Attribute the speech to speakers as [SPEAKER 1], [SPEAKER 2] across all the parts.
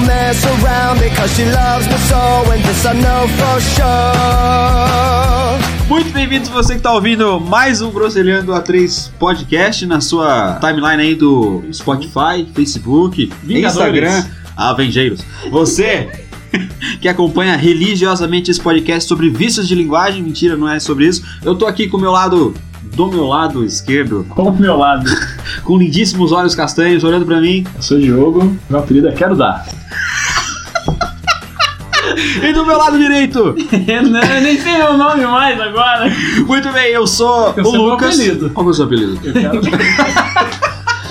[SPEAKER 1] mess around because she loves me so, and this I know for sure.
[SPEAKER 2] Muito bem-vindos você que tá ouvindo mais um Grosselhando A3 Podcast na sua timeline aí do Spotify, Facebook,
[SPEAKER 3] Vingadores.
[SPEAKER 2] Instagram, Avengeiros. Você que acompanha religiosamente esse podcast sobre vícios de linguagem, mentira, não é sobre isso. Eu tô aqui com o meu lado, do meu lado esquerdo,
[SPEAKER 3] Vamos pro meu lado.
[SPEAKER 2] com lindíssimos olhos castanhos olhando pra mim.
[SPEAKER 3] Eu sou o Diogo, meu apelido é Quero Dar.
[SPEAKER 2] E do meu lado direito,
[SPEAKER 3] Não, eu nem sei meu nome mais agora.
[SPEAKER 2] muito bem, eu sou
[SPEAKER 3] Eu
[SPEAKER 2] o
[SPEAKER 3] sei meu
[SPEAKER 2] Lucas.
[SPEAKER 3] apelido.
[SPEAKER 2] Qual que é o seu apelido?
[SPEAKER 3] Eu quero.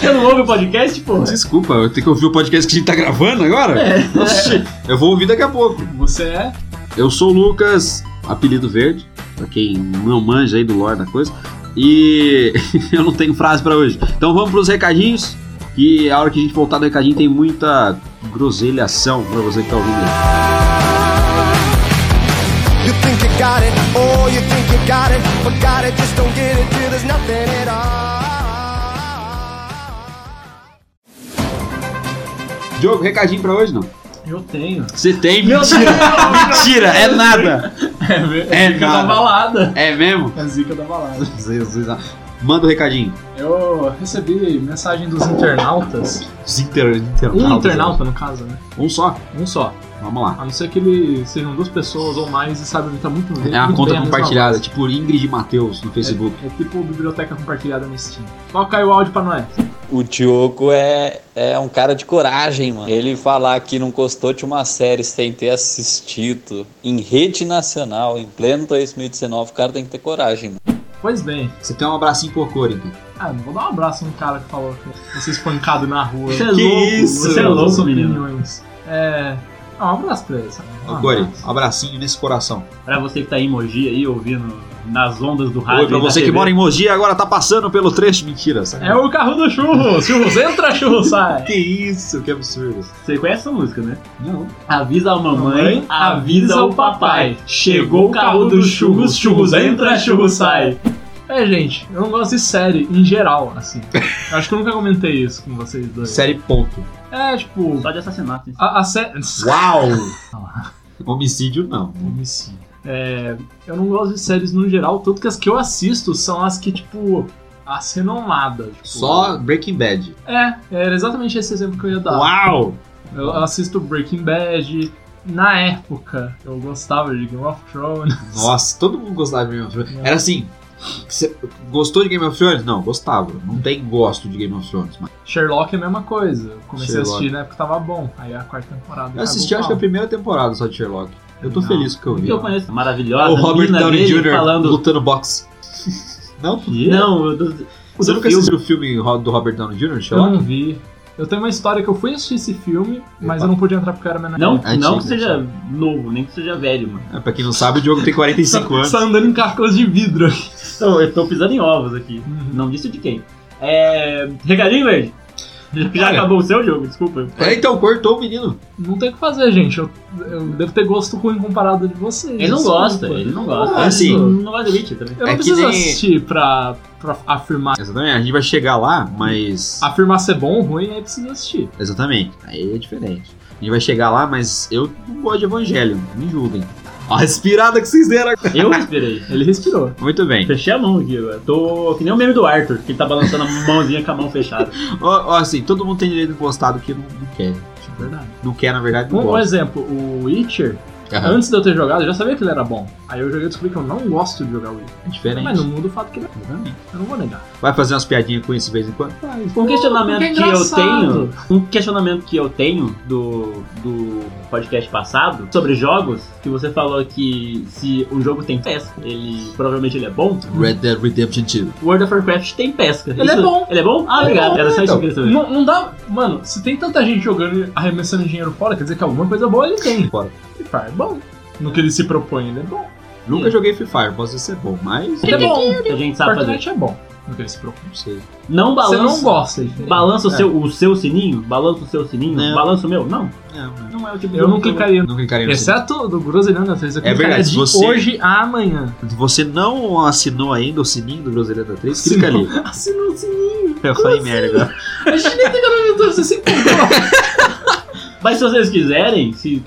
[SPEAKER 3] Você não ouve o podcast, porra?
[SPEAKER 2] Desculpa, eu tenho que ouvir o podcast que a gente tá gravando agora?
[SPEAKER 3] É.
[SPEAKER 2] Oxi, eu vou ouvir daqui a pouco.
[SPEAKER 3] Você é.
[SPEAKER 2] Eu sou o Lucas, apelido verde, pra quem não manja aí do lore da coisa. E eu não tenho frase pra hoje. Então vamos pros recadinhos. E a hora que a gente voltar do recadinho tem muita groselhação pra você que tá ouvindo aí.
[SPEAKER 1] You think you got it, oh, you think you got it, forgot it, just don't get it till there's nothing at all.
[SPEAKER 2] Diogo, recadinho pra hoje não?
[SPEAKER 3] Eu tenho. É
[SPEAKER 2] Você tem?
[SPEAKER 3] Meu
[SPEAKER 2] Mentira! Mentira! É nada!
[SPEAKER 3] É, é,
[SPEAKER 2] É
[SPEAKER 3] a zica
[SPEAKER 2] nada.
[SPEAKER 3] da balada.
[SPEAKER 2] É mesmo?
[SPEAKER 3] É a zica da balada.
[SPEAKER 2] Jesus, ah. manda o recadinho.
[SPEAKER 3] Eu recebi mensagem dos internautas.
[SPEAKER 2] Os inter- internautas.
[SPEAKER 3] Um internauta, no caso, né?
[SPEAKER 2] Um só.
[SPEAKER 3] Um só.
[SPEAKER 2] Vamos lá.
[SPEAKER 3] A não ser que ele sejam duas pessoas ou mais e sabe tá muito
[SPEAKER 2] É uma
[SPEAKER 3] muito
[SPEAKER 2] conta
[SPEAKER 3] bem a mesma
[SPEAKER 2] compartilhada, tipo Ingrid e Matheus no Facebook.
[SPEAKER 3] É tipo biblioteca compartilhada no Steam. Toca aí o áudio pra nós.
[SPEAKER 4] O Diogo é, é um cara de coragem, mano. Ele falar que não gostou de uma série sem ter assistido em rede nacional, em pleno 2019, o cara tem que ter coragem, mano.
[SPEAKER 3] Pois bem.
[SPEAKER 2] Você tem um abracinho por cor, então.
[SPEAKER 3] Ah, não vou dar um abraço no cara que falou que você é espancado na rua.
[SPEAKER 2] Você é louco, você é
[SPEAKER 3] louco,
[SPEAKER 5] menino.
[SPEAKER 3] opiniões. É. Ah, um abraço pra ele, sabe? Um
[SPEAKER 2] Agora,
[SPEAKER 3] abraço.
[SPEAKER 2] um abracinho nesse coração.
[SPEAKER 5] Pra você que tá em Mogi aí, ouvindo nas ondas do rádio.
[SPEAKER 2] Oi, pra
[SPEAKER 5] e da
[SPEAKER 2] você que
[SPEAKER 5] TV.
[SPEAKER 2] mora em Mogi e agora tá passando pelo trecho. Mentira,
[SPEAKER 3] É
[SPEAKER 2] sabe?
[SPEAKER 3] o carro do churro! Churros entra, churros sai!
[SPEAKER 2] Que isso, que absurdo.
[SPEAKER 5] Você conhece essa música, né?
[SPEAKER 2] Não.
[SPEAKER 5] Avisa a mamãe,
[SPEAKER 3] Mamãe,
[SPEAKER 5] avisa, o papai. Chegou o carro do churros, churros entra, churros sai.
[SPEAKER 3] É, gente, eu não gosto de série em geral, assim. Eu acho que eu nunca comentei isso com vocês dois.
[SPEAKER 2] Série ponto.
[SPEAKER 3] É, tipo.
[SPEAKER 5] Só de assassinato. hein?
[SPEAKER 3] A, a série.
[SPEAKER 2] Uau! Homicídio, não.
[SPEAKER 3] Homicídio. É, eu não gosto de séries no geral, tanto que as que eu assisto são as que, tipo, as renomadas. tipo.
[SPEAKER 2] Só Breaking Bad.
[SPEAKER 3] É, era exatamente esse exemplo que eu ia
[SPEAKER 5] Tá.
[SPEAKER 3] dar.
[SPEAKER 2] Uau!
[SPEAKER 3] Eu assisto Breaking Bad. Na época, eu gostava de Game of Thrones.
[SPEAKER 2] Nossa, todo mundo gostava de Game of
[SPEAKER 5] É.
[SPEAKER 2] Thrones. Era assim. você gostou de Game of Thrones? Não, gostava. Não tem gosto de Game of Thrones. Mas
[SPEAKER 3] Sherlock é a mesma coisa. Eu comecei
[SPEAKER 2] Sherlock.
[SPEAKER 3] a assistir na época que tava bom. Aí a quarta temporada.
[SPEAKER 5] Ah,
[SPEAKER 2] eu assisti, acho que é a primeira temporada só de Sherlock. Eu tô
[SPEAKER 3] Não.
[SPEAKER 2] feliz que eu vi.
[SPEAKER 5] Que eu conheço. a Maravilhosa.
[SPEAKER 2] o Robert
[SPEAKER 5] mina
[SPEAKER 2] Downey
[SPEAKER 5] dele
[SPEAKER 2] Jr.
[SPEAKER 5] falando.
[SPEAKER 2] lutando boxe. Não?
[SPEAKER 5] Não, eu do-
[SPEAKER 2] Você
[SPEAKER 5] do
[SPEAKER 2] nunca
[SPEAKER 5] filme.
[SPEAKER 2] assistiu o filme do Robert Downey Jr. de
[SPEAKER 3] Ah, Eu
[SPEAKER 2] Sherlock?
[SPEAKER 3] não
[SPEAKER 5] Hum.
[SPEAKER 3] vi. Eu tenho uma história que eu fui assistir esse filme, mas
[SPEAKER 2] Epa.
[SPEAKER 3] eu não pude entrar porque eu era menor.
[SPEAKER 5] Não,
[SPEAKER 2] Antigo,
[SPEAKER 5] não que seja
[SPEAKER 2] sabe?
[SPEAKER 5] novo, nem que seja velho, mano.
[SPEAKER 2] É, pra quem não sabe, o Diogo tem 45 anos.
[SPEAKER 3] Só andando em carcos de vidro.
[SPEAKER 5] Então, eu tô pisando em ovos aqui.
[SPEAKER 2] Uhum.
[SPEAKER 5] Não disse de quem. É. Recadinho, verde? Já
[SPEAKER 2] Olha.
[SPEAKER 5] acabou o seu jogo, desculpa.
[SPEAKER 2] É, então, cortou o menino.
[SPEAKER 3] Não tem o que fazer, gente. Eu, eu devo ter gosto ruim comparado de vocês.
[SPEAKER 5] Ele não gosta,
[SPEAKER 3] Desculpa.
[SPEAKER 5] ele não gosta.
[SPEAKER 2] Ah,
[SPEAKER 5] Assim, Ele
[SPEAKER 2] sim.
[SPEAKER 5] não não gosta de Witcher também.
[SPEAKER 3] Eu
[SPEAKER 2] É
[SPEAKER 3] não
[SPEAKER 2] que
[SPEAKER 3] preciso
[SPEAKER 2] nem-
[SPEAKER 3] assistir pra, pra afirmar.
[SPEAKER 2] Exatamente, a gente vai chegar lá, mas...
[SPEAKER 5] Ah.
[SPEAKER 3] Afirmar ser bom ou ruim, aí precisa assistir.
[SPEAKER 2] Exatamente, aí é diferente. A gente vai chegar lá, mas eu não gosto de Evangelho, me julguem. Ó a respirada que vocês deram.
[SPEAKER 5] Eu respirei.
[SPEAKER 3] Ele respirou.
[SPEAKER 2] Muito bem.
[SPEAKER 5] Fechei a mão aqui, velho. Tô que nem o meme do Arthur, que ele tá balançando a mãozinha com a mão fechada.
[SPEAKER 2] Ó, ó, assim, todo mundo tem direito de gostar do que não, não quer.
[SPEAKER 3] Verdade.
[SPEAKER 2] Não quer, na verdade,
[SPEAKER 3] Um,
[SPEAKER 2] não
[SPEAKER 3] um
[SPEAKER 2] gosta.
[SPEAKER 3] exemplo, o Witcher,
[SPEAKER 2] Aham,
[SPEAKER 3] antes de eu ter jogado, eu já sabia que ele era bom. Aí eu joguei e descobri que eu não gosto de jogar Witcher.
[SPEAKER 2] É diferente.
[SPEAKER 3] Mas não muda o fato que ele é bom. Eu não vou negar.
[SPEAKER 2] Vai fazer umas piadinhas com isso de vez em quando?
[SPEAKER 5] Um questionamento
[SPEAKER 3] que
[SPEAKER 5] que eu
[SPEAKER 3] engraçado.
[SPEAKER 5] tenho. Um questionamento que eu tenho do, do podcast passado sobre jogos, que você falou que se um jogo tem pesca, ele provavelmente ele é bom.
[SPEAKER 2] Red Dead Redemption 2.
[SPEAKER 5] World of Warcraft tem pesca.
[SPEAKER 3] Ele é bom.
[SPEAKER 5] Ele é bom? Ah,
[SPEAKER 3] Ele é
[SPEAKER 5] obrigado.
[SPEAKER 3] bom,
[SPEAKER 5] Era só isso
[SPEAKER 2] então.
[SPEAKER 5] que eu queria saber.
[SPEAKER 3] Não, não dá. Mano, se tem tanta gente jogando e arremessando dinheiro fora, quer dizer que alguma coisa boa ele tem.
[SPEAKER 2] Fora.
[SPEAKER 3] E pá, é bom. No que ele se propõe, ele é bom.
[SPEAKER 2] Nunca joguei Free Fire, posso ser bom, mas
[SPEAKER 3] Ele é bom.
[SPEAKER 5] que a gente sabe fazer.
[SPEAKER 3] Fortnite é bom. No que ele se propõe.
[SPEAKER 2] não sei.
[SPEAKER 5] Não
[SPEAKER 3] Você
[SPEAKER 5] balança.
[SPEAKER 3] não gosta, é diferente.
[SPEAKER 5] Balança o,
[SPEAKER 2] É.
[SPEAKER 5] seu, o seu sininho? Balança o seu sininho?
[SPEAKER 2] Não.
[SPEAKER 5] Balança o meu? Não.
[SPEAKER 2] Não, não.
[SPEAKER 5] Não é o tipo de
[SPEAKER 3] Eu
[SPEAKER 5] jogo
[SPEAKER 3] não
[SPEAKER 5] que eu-
[SPEAKER 3] clicaria.
[SPEAKER 2] Não clicaria no
[SPEAKER 3] Exceto do Groselhando 3, eu
[SPEAKER 2] É verdade,
[SPEAKER 3] clicaria
[SPEAKER 2] se
[SPEAKER 3] de
[SPEAKER 2] você-
[SPEAKER 3] hoje a amanhã.
[SPEAKER 2] Se você não assinou ainda o sininho do Groselha da 3, clica ali.
[SPEAKER 3] Assinou- Assinou o sininho.
[SPEAKER 2] Eu falei merda agora.
[SPEAKER 3] A gente nem tem canal no YouTube, você se comprou.
[SPEAKER 5] Mas se vocês quiserem, se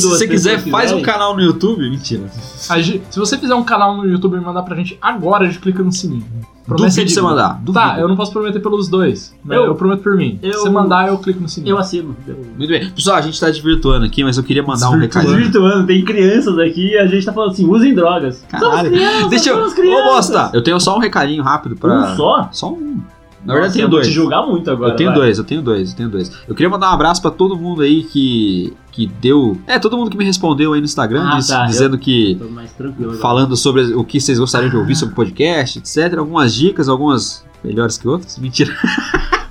[SPEAKER 2] Se você
[SPEAKER 5] pessoas
[SPEAKER 2] quiser, faz um
[SPEAKER 5] quiserem,
[SPEAKER 2] canal no YouTube. Mentira.
[SPEAKER 3] A Gi- Se você fizer um canal no YouTube e mandar pra gente agora, a gente clica no sininho.
[SPEAKER 2] Duvido você
[SPEAKER 3] dívida.
[SPEAKER 2] mandar.
[SPEAKER 3] Tá,
[SPEAKER 2] duvido.
[SPEAKER 3] eu não posso prometer pelos dois. né? Eu,
[SPEAKER 5] Eu-
[SPEAKER 3] prometo por mim.
[SPEAKER 5] eu-
[SPEAKER 3] Se você mandar, eu clico no sininho.
[SPEAKER 5] Eu assino. Eu-
[SPEAKER 2] Muito bem. Pessoal, a gente tá desvirtuando aqui, mas eu queria mandar um recadinho.
[SPEAKER 5] Desvirtuando, tem crianças aqui e a gente tá falando assim, usem drogas.
[SPEAKER 2] Caralho.
[SPEAKER 5] Crianças,
[SPEAKER 2] Deixa eu.
[SPEAKER 5] somos
[SPEAKER 2] Ô,
[SPEAKER 5] tá crianças.
[SPEAKER 2] bosta! Eu tenho só um recadinho rápido pra.
[SPEAKER 5] Um só?
[SPEAKER 2] Só um. Na verdade, eu tenho
[SPEAKER 5] Nossa, eu
[SPEAKER 2] dois.
[SPEAKER 5] Vou te julgar muito agora.
[SPEAKER 2] Eu tenho
[SPEAKER 5] vai.
[SPEAKER 2] dois, eu tenho dois, eu tenho dois. Eu queria mandar um abraço pra todo mundo aí que, que deu. É, todo mundo que me respondeu aí no Instagram,
[SPEAKER 5] Ah,
[SPEAKER 2] diz-
[SPEAKER 5] tá, eu-
[SPEAKER 2] dizendo que.
[SPEAKER 5] Tô mais tranquilo agora.
[SPEAKER 2] Falando sobre o que vocês gostariam de ouvir sobre o podcast, etc. Algumas dicas, algumas melhores que outras. Mentira.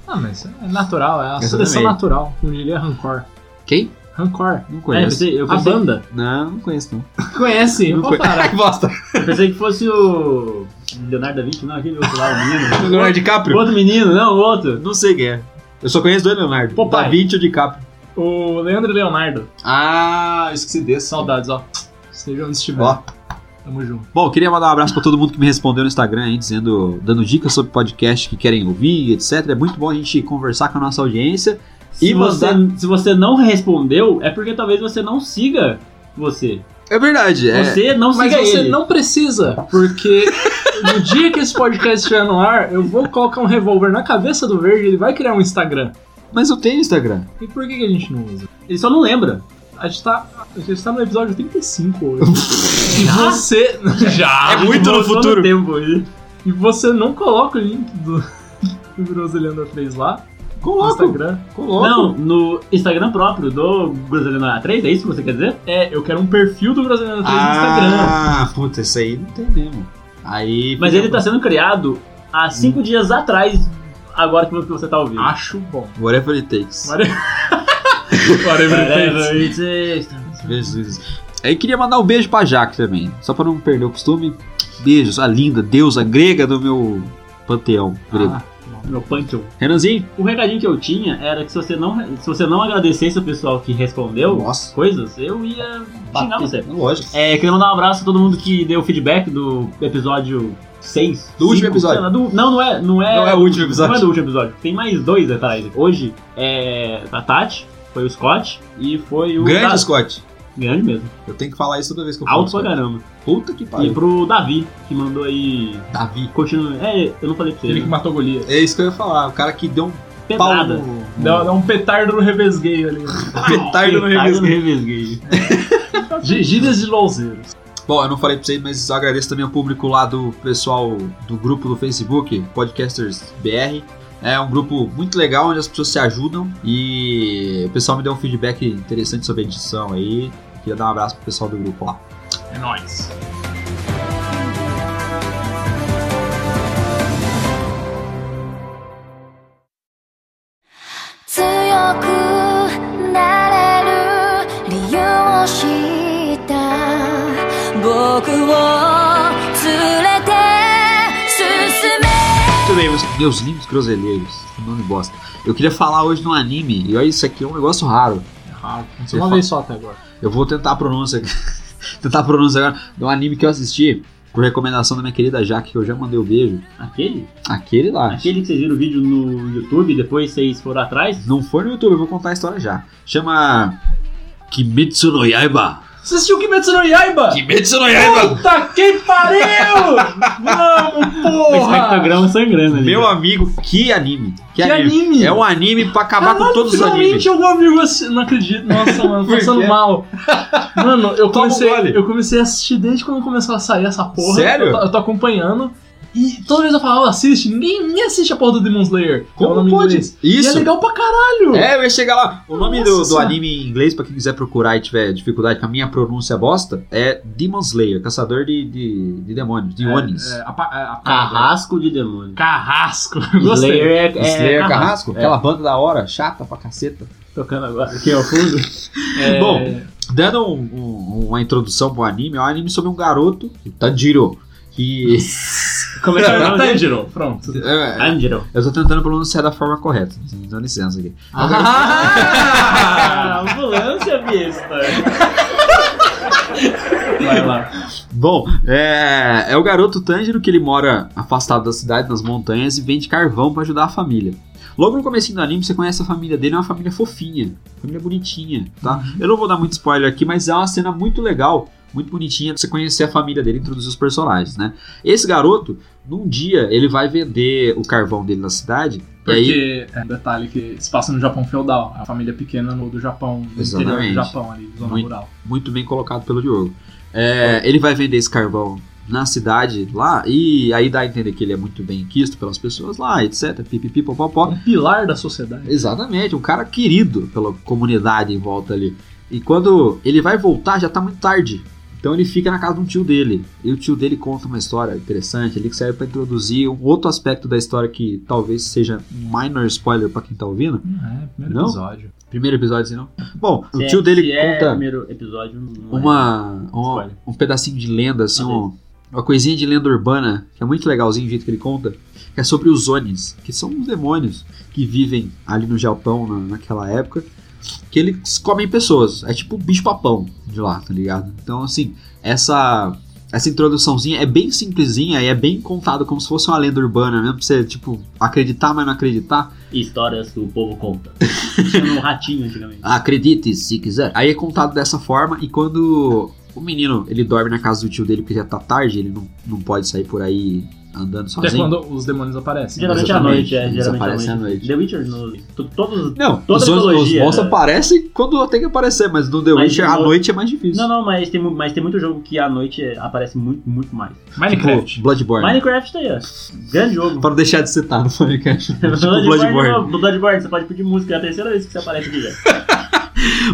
[SPEAKER 3] Ah, mas é natural, é a
[SPEAKER 2] Essa
[SPEAKER 3] seleção
[SPEAKER 2] também.
[SPEAKER 3] natural. Um Como diria é Rancor.
[SPEAKER 2] Quem?
[SPEAKER 3] Rancor.
[SPEAKER 2] Não
[SPEAKER 5] É, eu
[SPEAKER 2] conheço. Ah,
[SPEAKER 5] pensei, eu
[SPEAKER 3] A
[SPEAKER 5] pensei-
[SPEAKER 3] banda.
[SPEAKER 2] Não, não conheço, não.
[SPEAKER 3] Conhece, eu
[SPEAKER 2] não
[SPEAKER 3] vou
[SPEAKER 2] conheço.
[SPEAKER 3] parar.
[SPEAKER 2] que bosta.
[SPEAKER 5] eu pensei que fosse o Leonardo da Vinci, não, aquele outro lá, o menino.
[SPEAKER 2] Leonardo DiCaprio?
[SPEAKER 5] Outro menino, não, o outro.
[SPEAKER 2] Não sei quem é. Eu só conheço dois Leonardo.
[SPEAKER 3] Popeye.
[SPEAKER 2] Da Vinci ou DiCaprio.
[SPEAKER 3] O Leandro e Leonardo.
[SPEAKER 2] Ah, eu esqueci desse.
[SPEAKER 3] Saudades, ó. Esteja onde estiver.
[SPEAKER 2] Ó.
[SPEAKER 3] Tamo junto.
[SPEAKER 2] Bom, queria mandar um abraço pra todo mundo que me respondeu no Instagram aí, dizendo, dando dicas sobre podcast que querem ouvir, etc. É muito bom a gente conversar com a nossa audiência.
[SPEAKER 5] Se,
[SPEAKER 2] E
[SPEAKER 5] você,
[SPEAKER 2] mandar-
[SPEAKER 5] se você não respondeu, é porque talvez você não siga você.
[SPEAKER 2] É verdade, é.
[SPEAKER 5] Você não
[SPEAKER 3] Mas
[SPEAKER 5] siga
[SPEAKER 3] você
[SPEAKER 5] ele.
[SPEAKER 3] não precisa, porque no dia que esse podcast estiver no ar, eu vou colocar um revólver na cabeça do verde e ele vai criar um Instagram.
[SPEAKER 2] Mas eu tenho Instagram.
[SPEAKER 3] E por que, que a gente não usa?
[SPEAKER 5] Ele só não lembra.
[SPEAKER 3] A gente tá, a gente tá no episódio 35 hoje. e você. Já!
[SPEAKER 2] É muito no
[SPEAKER 5] Voltou
[SPEAKER 2] futuro.
[SPEAKER 5] tempo aí.
[SPEAKER 3] E você não coloca o link do, do Groselhando 3 lá no
[SPEAKER 2] Coloco,
[SPEAKER 3] Instagram.
[SPEAKER 2] coloco.
[SPEAKER 5] Não, no Instagram próprio do Groselhando A3, é isso que você quer dizer?
[SPEAKER 3] É, eu quero um perfil do Groselhando 3 no Instagram.
[SPEAKER 2] Ah, puta, isso aí não tem mesmo. Aí.
[SPEAKER 5] Mas ele tá sendo criado há cinco dias atrás, agora que você tá ouvindo.
[SPEAKER 3] Acho bom.
[SPEAKER 2] Whatever it takes.
[SPEAKER 3] Whatever- Whatever it takes.
[SPEAKER 2] Jesus. Aí queria mandar um beijo pra Jaque também. Só pra não perder o costume. Beijos, a linda deusa grega do meu panteão
[SPEAKER 5] Ah.
[SPEAKER 2] grego.
[SPEAKER 3] Ah,
[SPEAKER 5] Meu pancho.
[SPEAKER 2] Renanzinho?
[SPEAKER 5] O recadinho que eu tinha era que se você não, se você não agradecesse o pessoal que respondeu
[SPEAKER 2] Nossa.
[SPEAKER 5] coisas, eu ia xingar você.
[SPEAKER 2] Lógico.
[SPEAKER 5] É, queria mandar um abraço a todo mundo que deu feedback do episódio 6.
[SPEAKER 2] Do último episódio.
[SPEAKER 5] não, não é, não é.
[SPEAKER 2] Não é o último
[SPEAKER 5] Não é
[SPEAKER 2] episódio.
[SPEAKER 5] do último episódio. Tem mais dois atrás. Hoje é a Tati, foi o Scott e foi o.
[SPEAKER 2] Grande
[SPEAKER 5] Da-
[SPEAKER 2] Scott.
[SPEAKER 5] Grande mesmo.
[SPEAKER 2] Eu tenho que falar isso toda vez que eu
[SPEAKER 5] Alto pra
[SPEAKER 2] falo.
[SPEAKER 5] caramba.
[SPEAKER 2] Puta que
[SPEAKER 5] E
[SPEAKER 2] pariu.
[SPEAKER 5] pro Davi, que mandou aí.
[SPEAKER 2] Davi.
[SPEAKER 5] Continua. É, eu não falei pra
[SPEAKER 3] Ele
[SPEAKER 5] ele.
[SPEAKER 3] que matou Golias.
[SPEAKER 2] É isso que eu ia falar. O cara que deu um pau
[SPEAKER 5] Pedrada.
[SPEAKER 2] no...
[SPEAKER 3] Dá, dá um petardo no revesgueio ali.
[SPEAKER 2] Petardo Tá no
[SPEAKER 5] Petardo
[SPEAKER 2] revés.
[SPEAKER 5] revesgueio.
[SPEAKER 3] Gí- Gírias de louzeiros.
[SPEAKER 2] Bom, eu não falei pra vocês, mas eu agradeço também ao público lá do pessoal do grupo do Facebook, Podcasters BR. É um grupo muito legal onde as pessoas se ajudam e o pessoal me deu um feedback interessante sobre a edição aí. Queria dar um abraço pro pessoal do grupo lá.
[SPEAKER 3] É nóis.
[SPEAKER 6] 「強くなれる理由を知った」「僕を連れて進め」
[SPEAKER 2] Muito bem, meus, meus lindos groselheiros, que nome bosta. Eu queria falar hoje de um anime, e olha, isso aqui é um negócio raro.
[SPEAKER 3] Errado. Só uma vez só até agora.
[SPEAKER 2] Eu vou tentar a pronúncia. tentar a pronúncia agora de um anime que eu assisti, por recomendação da minha querida Jaque, que eu já mandei o beijo.
[SPEAKER 5] Aquele?
[SPEAKER 2] Aquele lá.
[SPEAKER 5] Aquele que vocês viram o vídeo no YouTube e depois vocês foram atrás?
[SPEAKER 2] Não foi no YouTube, eu vou contar a história já. Chama. Kimetsu no Yaiba.
[SPEAKER 3] Você assistiu Kimetsu no Yaiba?
[SPEAKER 2] Kimetsu no Yaiba!
[SPEAKER 3] Puta que pariu! Vamos,
[SPEAKER 5] O
[SPEAKER 3] porra!
[SPEAKER 2] tá
[SPEAKER 5] espectrograma sangrando ali.
[SPEAKER 2] Meu amigo, que anime! Que,
[SPEAKER 3] Que
[SPEAKER 2] anime.
[SPEAKER 3] anime!
[SPEAKER 2] É um anime pra acabar com todos os animes.
[SPEAKER 3] Finalmente algum amigo assim. Não acredito. Nossa, mano,
[SPEAKER 2] Por
[SPEAKER 3] passando
[SPEAKER 2] quê?
[SPEAKER 3] mal. Mano, eu
[SPEAKER 2] Toma um
[SPEAKER 3] comecei,
[SPEAKER 2] gole.
[SPEAKER 3] eu comecei a assistir desde quando começou a sair essa porra.
[SPEAKER 2] Sério?
[SPEAKER 3] Eu, tô- eu tô acompanhando. E toda vez eu falava, assiste, ninguém, ninguém assiste a porra do Demon Slayer. que é o
[SPEAKER 2] Como
[SPEAKER 3] nome em
[SPEAKER 2] pode?
[SPEAKER 3] inglês. E é
[SPEAKER 2] Isso!
[SPEAKER 3] legal pra caralho!
[SPEAKER 2] É, eu ia chegar lá. O nome do,
[SPEAKER 3] Nossa
[SPEAKER 2] do
[SPEAKER 3] Senhora.
[SPEAKER 2] anime em inglês, pra quem quiser procurar e tiver dificuldade com a minha pronúncia bosta, é Demon Slayer, Caçador de, de, de Demônios, de Onis.
[SPEAKER 3] É, a pa- é, a parada.
[SPEAKER 5] Carrasco de demônio.
[SPEAKER 3] Carrasco. Gostei.
[SPEAKER 5] Slayer é, é
[SPEAKER 2] Slayer
[SPEAKER 5] carrasco.
[SPEAKER 2] Carrasco, aquela banda da hora, chata pra caceta.
[SPEAKER 5] Tocando agora aqui ao fundo.
[SPEAKER 3] É,
[SPEAKER 2] Bom, Dando um- um- uma introdução pro anime, é um anime sobre um garoto, Tanjiro, que.
[SPEAKER 5] Como é que é o nome
[SPEAKER 2] Tá
[SPEAKER 5] dele?
[SPEAKER 3] Tanjiro, pronto.
[SPEAKER 2] É,
[SPEAKER 5] Angelo.
[SPEAKER 2] eu tô tentando pronunciar da forma correta, dá licença aqui.
[SPEAKER 3] Ah.
[SPEAKER 2] Ah,
[SPEAKER 5] Ah, ambulância, besta. Vai lá.
[SPEAKER 2] Bom, é, é o garoto Tanjiro que ele mora afastado da cidade, nas montanhas, e vende carvão pra ajudar a família. Logo no comecinho do anime, você conhece a família dele, é uma família fofinha, família bonitinha, tá? Eu não vou dar muito spoiler aqui, mas é uma cena muito legal, muito bonitinha, pra você conhecer a família dele, introduzir os personagens, né? Esse garoto, num dia, ele vai vender o carvão dele na cidade, e aí...
[SPEAKER 3] Porque é um detalhe que se passa no Japão feudal. A família pequena no, do Japão, no interior
[SPEAKER 2] Exatamente.
[SPEAKER 3] do Japão ali, zona
[SPEAKER 2] Muito.
[SPEAKER 3] rural.
[SPEAKER 2] muito bem colocado pelo Diogo. É, ele vai vender esse carvão na cidade lá, e aí dá a entender que ele é muito bem quisto pelas pessoas lá, etc. Pipipi, popopó.
[SPEAKER 3] Um pilar da sociedade.
[SPEAKER 2] Exatamente, um cara querido pela comunidade em volta ali. E quando ele vai voltar, já tá muito tarde. Então ele fica na casa de um tio dele. E o tio dele conta uma história interessante ali que serve pra introduzir um outro aspecto da história que talvez seja um minor spoiler pra quem tá ouvindo.
[SPEAKER 3] É, primeiro
[SPEAKER 2] Não?
[SPEAKER 3] episódio.
[SPEAKER 2] Primeiro episódio, se não. Bom, o
[SPEAKER 5] Se é-
[SPEAKER 2] tio dele
[SPEAKER 5] se é
[SPEAKER 2] conta.
[SPEAKER 5] primeiro episódio. não é.
[SPEAKER 2] uma, uma-
[SPEAKER 5] Spoiler.
[SPEAKER 2] um pedacinho de lenda, assim,
[SPEAKER 5] Talvez.
[SPEAKER 2] um- uma coisinha de lenda urbana, que é muito legalzinho o jeito que ele conta, que é sobre os Onis, que são os demônios que vivem ali no Japão na- naquela época, que eles comem pessoas. É tipo um bicho-papão de lá, tá ligado? Então, assim, essa. Essa introduçãozinha é bem simplesinha e é bem contada como se fosse uma lenda urbana, mesmo pra você, tipo, acreditar, mas não acreditar.
[SPEAKER 5] Histórias que o povo conta. Tinha um ratinho antigamente.
[SPEAKER 2] Ah, Acredite se quiser. Aí é contado dessa forma e quando o menino ele dorme na casa do tio dele porque já tá tarde, ele não, não pode sair por aí andando
[SPEAKER 3] Até
[SPEAKER 2] sozinho.
[SPEAKER 3] quando os demônios aparecem.
[SPEAKER 5] Geralmente à
[SPEAKER 2] Exatamente,
[SPEAKER 5] noite, é.
[SPEAKER 2] eles
[SPEAKER 5] Geralmente
[SPEAKER 2] aparecem
[SPEAKER 5] à
[SPEAKER 2] à
[SPEAKER 5] noite.
[SPEAKER 2] noite.
[SPEAKER 5] The Witcher, no, to- todos.
[SPEAKER 2] Não,
[SPEAKER 5] Toda
[SPEAKER 2] os, os, os
[SPEAKER 5] mitologia-
[SPEAKER 2] monstros aparecem quando tem que aparecer, mas no The
[SPEAKER 5] Mas
[SPEAKER 2] Witcher à
[SPEAKER 5] no-
[SPEAKER 2] noite é mais difícil.
[SPEAKER 5] Não, não, mas tem, mu- mas tem muito jogo que à noite é- aparece muito, muito mais.
[SPEAKER 3] Minecraft.
[SPEAKER 2] Tipo, Bloodborne.
[SPEAKER 5] Minecraft tá aí, ó. Grande jogo.
[SPEAKER 2] Para não deixar de citar no podcast. tipo
[SPEAKER 5] não,
[SPEAKER 2] Bloodborne.
[SPEAKER 5] No Bloodborne, você pode pedir música, é a terceira vez que você aparece aqui, velho.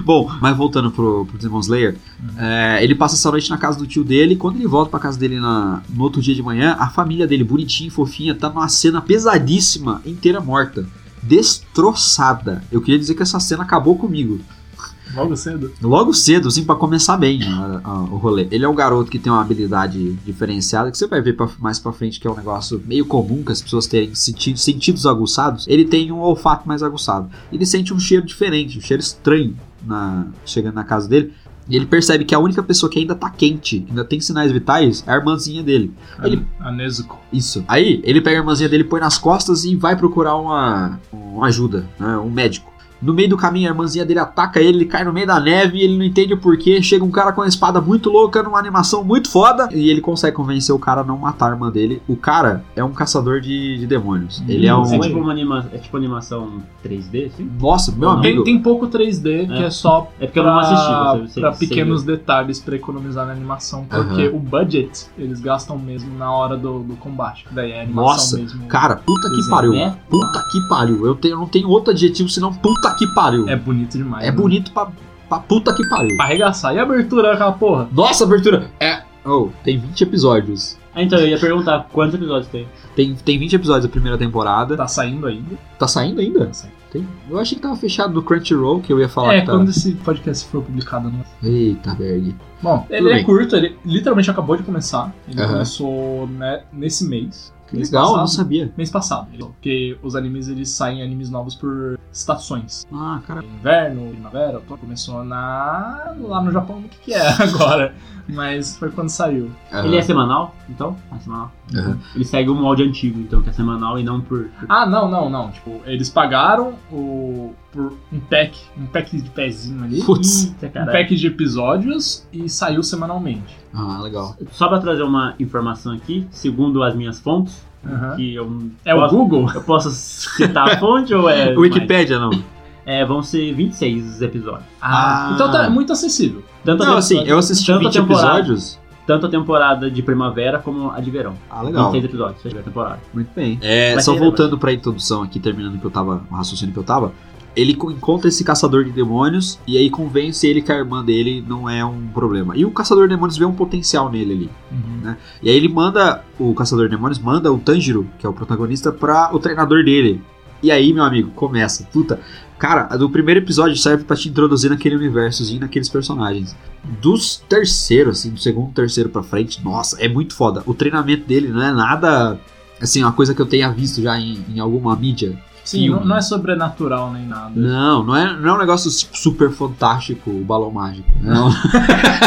[SPEAKER 2] Bom, mas voltando pro, pro Demon Slayer, é, ele passa essa noite na casa do tio dele. Quando ele volta pra casa dele na- no outro dia de manhã, a família dele, bonitinha, fofinha, tá numa cena pesadíssima, inteira morta. Destroçada. Eu queria dizer que essa cena acabou comigo. Tipo,
[SPEAKER 3] Logo cedo.
[SPEAKER 2] Logo cedo, assim, pra começar bem a- a- o rolê. Ele é um garoto que tem uma habilidade diferenciada, que você vai ver pra- mais pra frente que é um negócio meio comum que as pessoas terem sentido- sentidos aguçados. Ele tem um olfato mais aguçado. Ele sente um cheiro diferente, um cheiro estranho na- chegando na casa dele. E ele percebe que a única pessoa que ainda tá quente, que ainda tem sinais vitais, é a irmãzinha dele. Ele-
[SPEAKER 3] A, a Nezuko.
[SPEAKER 2] Isso. Aí ele pega a irmãzinha dele, põe nas costas e vai procurar uma, uma ajuda, né, um médico. No meio do caminho, a irmãzinha dele ataca ele, ele cai no meio da neve, ele não entende o porquê. Chega um cara com uma espada muito louca, numa animação muito foda, e ele consegue convencer o cara a não matar a irmã dele. O cara é um caçador de, de demônios. Ele
[SPEAKER 3] Hum,
[SPEAKER 2] é
[SPEAKER 5] É
[SPEAKER 2] um.
[SPEAKER 5] tipo uma anima, é tipo animação 3D, assim?
[SPEAKER 2] Nossa, meu
[SPEAKER 3] Tem,
[SPEAKER 2] amigo.
[SPEAKER 3] tem pouco 3D, que
[SPEAKER 5] É.
[SPEAKER 3] é só
[SPEAKER 5] É porque eu não assisti, você, você,
[SPEAKER 3] pra
[SPEAKER 5] você
[SPEAKER 3] pequenos detalhes pra economizar na animação, porque o budget eles gastam mesmo na hora do, do combate. Daí é a animação
[SPEAKER 2] Nossa,
[SPEAKER 3] mesmo.
[SPEAKER 2] Cara, puta que
[SPEAKER 3] Desenho,
[SPEAKER 2] pariu.
[SPEAKER 5] né?
[SPEAKER 2] Puta que pariu. Eu, tenho- eu não tenho outro adjetivo senão puta que pariu.
[SPEAKER 3] É bonito demais.
[SPEAKER 2] É
[SPEAKER 3] né?
[SPEAKER 2] bonito pra, pra puta que pariu.
[SPEAKER 3] Pra arregaçar. E a abertura aquela porra?
[SPEAKER 2] Nossa, abertura. É. Oh, tem 20 episódios.
[SPEAKER 5] Ah, então, eu ia perguntar quantos episódios tem.
[SPEAKER 2] Tem, tem 20 episódios da primeira temporada. Tá,
[SPEAKER 3] Tá saindo ainda.
[SPEAKER 2] saindo ainda?
[SPEAKER 3] Tá saindo.
[SPEAKER 2] Tem- Eu achei que tava fechado no Crunchyroll, que eu ia falar
[SPEAKER 3] É,
[SPEAKER 2] que tava.
[SPEAKER 3] quando esse podcast for publicado no
[SPEAKER 2] Eita, Berg.
[SPEAKER 3] Bom,
[SPEAKER 2] né? Tudo
[SPEAKER 3] ele é
[SPEAKER 2] bem.
[SPEAKER 3] curto, ele literalmente acabou de começar. Ele
[SPEAKER 2] Aham.
[SPEAKER 3] começou né, nesse mês.
[SPEAKER 2] Que
[SPEAKER 3] mês
[SPEAKER 2] legal, eu não
[SPEAKER 3] passado.
[SPEAKER 2] sabia.
[SPEAKER 3] Mês passado. Ele- Porque os animes eles saem animes novos por estações.
[SPEAKER 2] Ah, cara.
[SPEAKER 3] Inverno, primavera, outono. Começou na. lá no Japão, o que, que é agora? Mas foi quando saiu.
[SPEAKER 5] Ele é semanal, então? É semanal.
[SPEAKER 2] Aham.
[SPEAKER 5] Ele segue o molde antigo, então, que é semanal e não por... por-
[SPEAKER 3] Ah, não, não, não. Tipo, eles pagaram o. por um pack. Um pack de pezinho ali.
[SPEAKER 2] Putz.
[SPEAKER 5] Eita,
[SPEAKER 3] Um
[SPEAKER 5] caralho.
[SPEAKER 3] pack de episódios e saiu semanalmente.
[SPEAKER 2] Ah, legal.
[SPEAKER 5] Só pra trazer uma informação aqui, segundo as minhas fontes,
[SPEAKER 3] Aham.
[SPEAKER 5] que eu
[SPEAKER 3] É o
[SPEAKER 5] posso,
[SPEAKER 3] Google?
[SPEAKER 5] eu posso citar a fonte ou é.
[SPEAKER 2] Wikipedia, não.
[SPEAKER 5] mais? É, vão ser 26 os episódios.
[SPEAKER 2] Ah.
[SPEAKER 3] Então tá muito acessível.
[SPEAKER 5] Tanto a
[SPEAKER 2] Não,
[SPEAKER 5] tem-
[SPEAKER 2] assim, eu assisti
[SPEAKER 5] Tanta
[SPEAKER 2] 20
[SPEAKER 5] temporada.
[SPEAKER 2] episódios.
[SPEAKER 5] Tanto a temporada de primavera como a de verão.
[SPEAKER 2] Ah, legal.
[SPEAKER 5] 26 episódios, seja a temporada.
[SPEAKER 2] Muito bem. É,
[SPEAKER 5] Vai
[SPEAKER 2] só
[SPEAKER 5] ter,
[SPEAKER 2] voltando pra introdução aqui, terminando que eu tava, o raciocínio que eu tava. Ele co- encontra esse caçador de demônios e aí convence ele que a irmã dele não é um problema. E o caçador de demônios vê um potencial nele ali. E aí ele manda, o caçador de demônios manda o Tanjiro, que é o protagonista, pra o treinador dele. E aí, meu amigo, começa. Puta, cara, do primeiro episódio serve pra te introduzir naquele universozinho, naqueles personagens. Dos terceiros, assim, do segundo, terceiro pra frente, nossa, é muito foda. O treinamento dele não é nada, assim, uma coisa que eu tenha visto já em, em alguma mídia.
[SPEAKER 3] Sim,
[SPEAKER 2] filme.
[SPEAKER 3] não, não é sobrenatural nem nada.
[SPEAKER 2] Não, não é, não é um negócio tipo, super fantástico, o balão mágico. Não.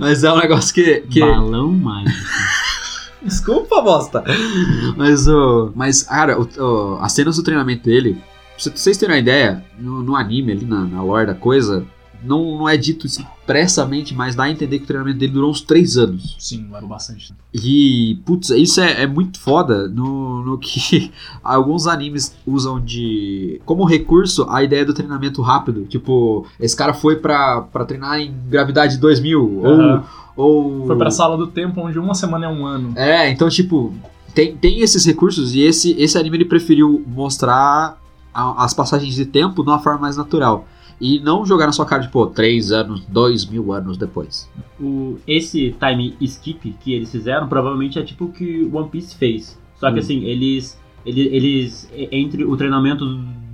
[SPEAKER 2] Mas é um negócio que. que...
[SPEAKER 5] Balão mágico.
[SPEAKER 2] Desculpa, bosta. Mas, o mas cara, o- o- as cenas do treinamento dele, pra cê- vocês terem uma ideia, no, no anime ali, na, na lore da coisa, não, não é dito expressamente, mas dá a entender que o treinamento dele durou uns três anos.
[SPEAKER 3] Sim, largou bastante. tempo.
[SPEAKER 2] E, putz, isso é, é muito foda no, no que alguns animes usam de. como recurso a ideia do treinamento rápido. Tipo, esse cara foi pra, pra treinar em gravidade 2000.
[SPEAKER 3] Aham.
[SPEAKER 2] Ou, ou.
[SPEAKER 3] Foi pra sala do tempo, onde uma semana é um ano.
[SPEAKER 2] É, então, tipo, tem, tem esses recursos e esse, esse anime ele preferiu mostrar a- as passagens de tempo de uma forma mais natural. E não jogar na sua cara, tipo, 3 anos, 2 mil anos depois.
[SPEAKER 5] O, esse time skip que eles fizeram provavelmente é tipo o que o One Piece fez. Só que
[SPEAKER 2] Hum.
[SPEAKER 5] assim, eles, eles. Eles. e- Entre o treinamento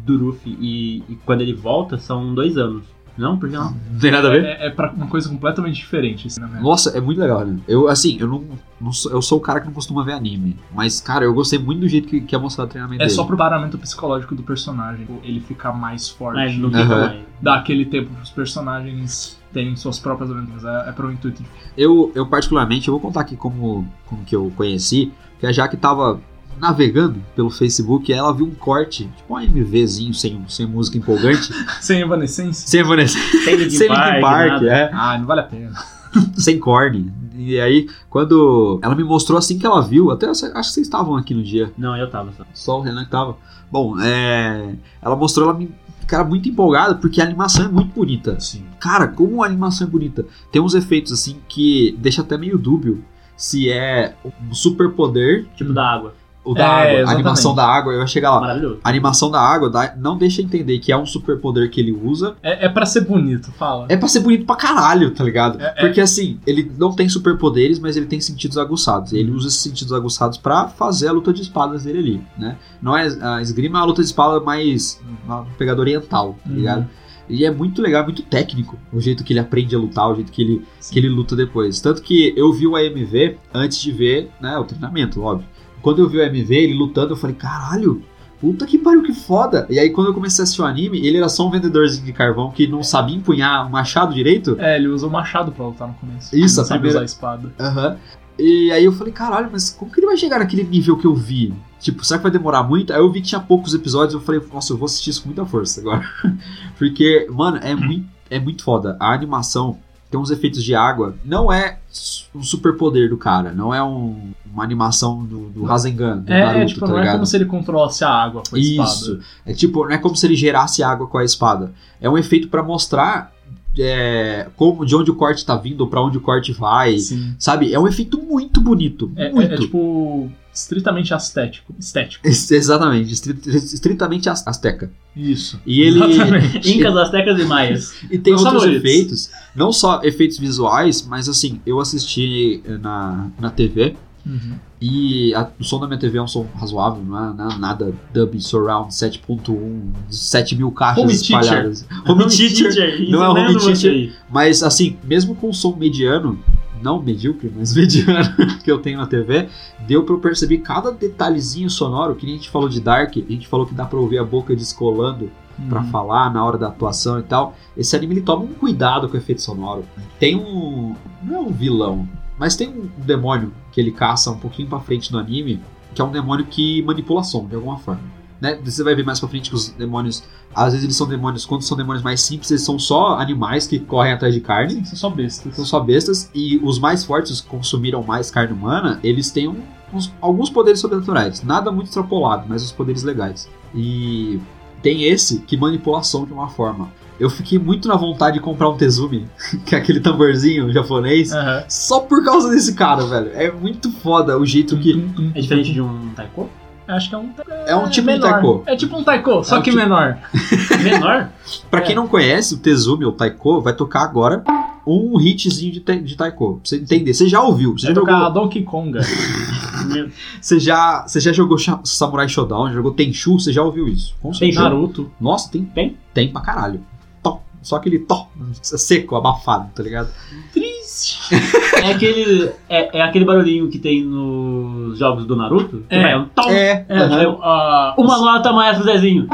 [SPEAKER 5] do Luffy e, e quando ele volta, são dois anos. Não? Por que não?
[SPEAKER 2] Não tem nada a ver?
[SPEAKER 3] É, é pra uma coisa completamente diferente, assim, na verdade.
[SPEAKER 2] Nossa, é muito legal, né? Eu, assim, eu não, não sou, eu sou o cara que não costuma ver anime. Mas, cara, eu gostei muito do jeito que, que é mostrado o treinamento
[SPEAKER 3] É
[SPEAKER 2] dele.
[SPEAKER 3] só pro paramento psicológico do personagem, tipo, ele ficar mais forte.
[SPEAKER 5] Ah, ele não fica
[SPEAKER 2] Aham.
[SPEAKER 5] mais.
[SPEAKER 3] Dá aquele tempo pros personagens terem suas próprias aventuras. É, é pro intuito de
[SPEAKER 2] Eu, eu, particularmente, eu vou contar aqui como, como que eu conheci. Que a Jaque tava navegando pelo Facebook e ela viu um corte, tipo um MVzinho sem, sem música empolgante.
[SPEAKER 3] Sem evanescência?
[SPEAKER 2] sem Vanessa,
[SPEAKER 5] Sem Linkin
[SPEAKER 2] sem Linkin
[SPEAKER 5] Park,
[SPEAKER 2] Park,
[SPEAKER 5] nada.
[SPEAKER 2] é.
[SPEAKER 3] Ah, não vale a pena.
[SPEAKER 2] sem corne. E aí, quando ela me mostrou assim que ela viu, até eu sei- acho que vocês estavam aqui no dia.
[SPEAKER 5] Não, eu tava só.
[SPEAKER 2] Só o Renan que tava. Bom, é. Ela mostrou, ela me. Cara, muito empolgada, porque a animação é muito bonita.
[SPEAKER 3] Sim.
[SPEAKER 2] Cara, como a animação é bonita. Tem uns efeitos assim que deixa até meio dúbio se é um superpoder,
[SPEAKER 5] Tipo da água.
[SPEAKER 2] ou
[SPEAKER 3] É,
[SPEAKER 2] da água, a
[SPEAKER 3] exatamente.
[SPEAKER 2] animação da água, eu ia chegar lá.
[SPEAKER 5] Maravilhoso.
[SPEAKER 2] A animação da água dá- não deixa entender que é um superpoder que ele usa.
[SPEAKER 3] É, é pra ser bonito, fala.
[SPEAKER 2] É pra ser bonito pra caralho, tá ligado?
[SPEAKER 3] É, é.
[SPEAKER 2] Porque assim, ele não tem superpoderes, mas ele tem sentidos aguçados.
[SPEAKER 3] Uhum.
[SPEAKER 2] Ele usa esses sentidos aguçados pra fazer a luta de espadas dele ali, né? Não é a esgrima é a luta de espada mais uma pegada oriental, tá
[SPEAKER 3] Uhum.
[SPEAKER 2] ligado? E é muito legal, é muito técnico o jeito que ele aprende a lutar, o jeito que ele,
[SPEAKER 3] Sim.
[SPEAKER 2] que ele luta depois. Tanto que eu vi o AMV antes de ver né, o treinamento, óbvio. Quando eu vi o AMV, ele lutando, eu falei, caralho, puta que pariu, que foda. E aí quando eu comecei a assistir o anime, ele era só um vendedorzinho de carvão que não sabia empunhar o machado direito.
[SPEAKER 3] É, ele usa o machado pra lutar no começo.
[SPEAKER 2] Isso,
[SPEAKER 3] Não
[SPEAKER 2] a
[SPEAKER 3] sabe
[SPEAKER 2] primeira-
[SPEAKER 3] usar a espada.
[SPEAKER 2] Aham. E aí eu falei, caralho, mas como que ele vai chegar naquele nível que eu vi? Tipo, será que vai demorar muito? Aí eu vi que tinha poucos episódios, eu falei, nossa, eu vou assistir isso com muita força agora. Porque, mano, é muito, é muito foda. A animação tem uns efeitos de água. Não é su- um superpoder do cara, não é um- uma animação do, do Rasengan, do
[SPEAKER 3] É, é,
[SPEAKER 2] Naruto,
[SPEAKER 3] tipo,
[SPEAKER 2] tá
[SPEAKER 3] não é
[SPEAKER 2] ligado?
[SPEAKER 3] como se ele controlasse a água com a
[SPEAKER 2] Isso.
[SPEAKER 3] espada.
[SPEAKER 2] É tipo, não é como se ele gerasse água com a espada. É um efeito pra mostrar é, como, de onde o corte tá vindo, pra onde o corte vai.
[SPEAKER 3] Sim.
[SPEAKER 2] Sabe? É um efeito muito bonito.
[SPEAKER 3] É, é-
[SPEAKER 2] muito.
[SPEAKER 3] é, tipo estritamente estético. Estético.
[SPEAKER 2] Ex- Exatamente, estrit- estritamente az- azteca.
[SPEAKER 3] Isso.
[SPEAKER 2] E ele
[SPEAKER 3] Exatamente.
[SPEAKER 5] Incas, Aztecas e Maias.
[SPEAKER 2] e tem
[SPEAKER 3] Meus
[SPEAKER 2] outros
[SPEAKER 3] favoritos.
[SPEAKER 2] efeitos, não só efeitos visuais, mas assim, eu assisti eh, na, na TV
[SPEAKER 3] Uhum.
[SPEAKER 2] e a- o som da minha TV é um som razoável, não é, não é nada dub surround 7.1, 7 mil caixas
[SPEAKER 5] Home teacher.
[SPEAKER 2] espalhadas. Home teacher. Não é home
[SPEAKER 5] ensinando você
[SPEAKER 2] teacher.
[SPEAKER 5] aí.
[SPEAKER 2] Mas assim, mesmo com o som mediano, não medíocre, mas mediano que eu tenho na TV, deu pra eu perceber cada detalhezinho sonoro, que nem a gente falou de Dark, a gente falou que dá pra ouvir a boca descolando pra
[SPEAKER 3] Uhum.
[SPEAKER 2] falar na hora da atuação e tal. Esse anime ele toma um cuidado com o efeito sonoro. Tem um, não é um vilão, mas tem um demônio que ele caça um pouquinho pra frente no anime, que é um demônio que manipula som de alguma forma. Né? Você vai ver mais pra frente que os demônios, às vezes eles são demônios, quando são demônios mais simples, eles são só animais que correm atrás de
[SPEAKER 3] Sim,
[SPEAKER 2] carne
[SPEAKER 3] são é só bestas.
[SPEAKER 2] são só bestas e os mais fortes que consumiram mais carne humana, eles têm um- uns- alguns poderes sobrenaturais, nada muito extrapolado, mas os poderes legais. E tem esse que manipula a som de uma forma. Eu fiquei muito na vontade de comprar um Tezumi, que é aquele tamborzinho japonês,
[SPEAKER 3] Aham.
[SPEAKER 2] só por causa desse cara, velho. É muito foda o jeito que
[SPEAKER 3] Um- um-
[SPEAKER 5] É diferente de um taiko?
[SPEAKER 3] Acho que é um.
[SPEAKER 2] é um tipo de
[SPEAKER 3] menor.
[SPEAKER 2] taiko.
[SPEAKER 3] É tipo um taiko, só
[SPEAKER 2] É um
[SPEAKER 3] que
[SPEAKER 2] tipo-
[SPEAKER 3] menor.
[SPEAKER 5] Menor?
[SPEAKER 2] Pra
[SPEAKER 3] é.
[SPEAKER 2] quem não conhece, o Tezumi ou Taiko vai tocar agora um hitzinho de, te- de Taiko. Pra você entender, você já ouviu, você
[SPEAKER 3] Vai
[SPEAKER 2] já jogou.
[SPEAKER 3] tocar Donkey Konga.
[SPEAKER 5] Meu-
[SPEAKER 2] Você já, você já jogou Sha- Samurai Shodown, já jogou Tenchu, você já ouviu isso? Com
[SPEAKER 5] Tem
[SPEAKER 2] certeza.
[SPEAKER 5] Naruto.
[SPEAKER 2] Nossa, tem, tem,
[SPEAKER 5] Tem?
[SPEAKER 2] tem pra caralho. Tó. Só aquele tó, seco, abafado, tá ligado?
[SPEAKER 5] É aquele, é, é aquele barulhinho que tem nos jogos do Naruto. que
[SPEAKER 3] É.
[SPEAKER 5] vai um tom.
[SPEAKER 2] É.
[SPEAKER 3] É,
[SPEAKER 2] aham.
[SPEAKER 3] tipo, a-
[SPEAKER 5] Uma nota mais pro Zezinho.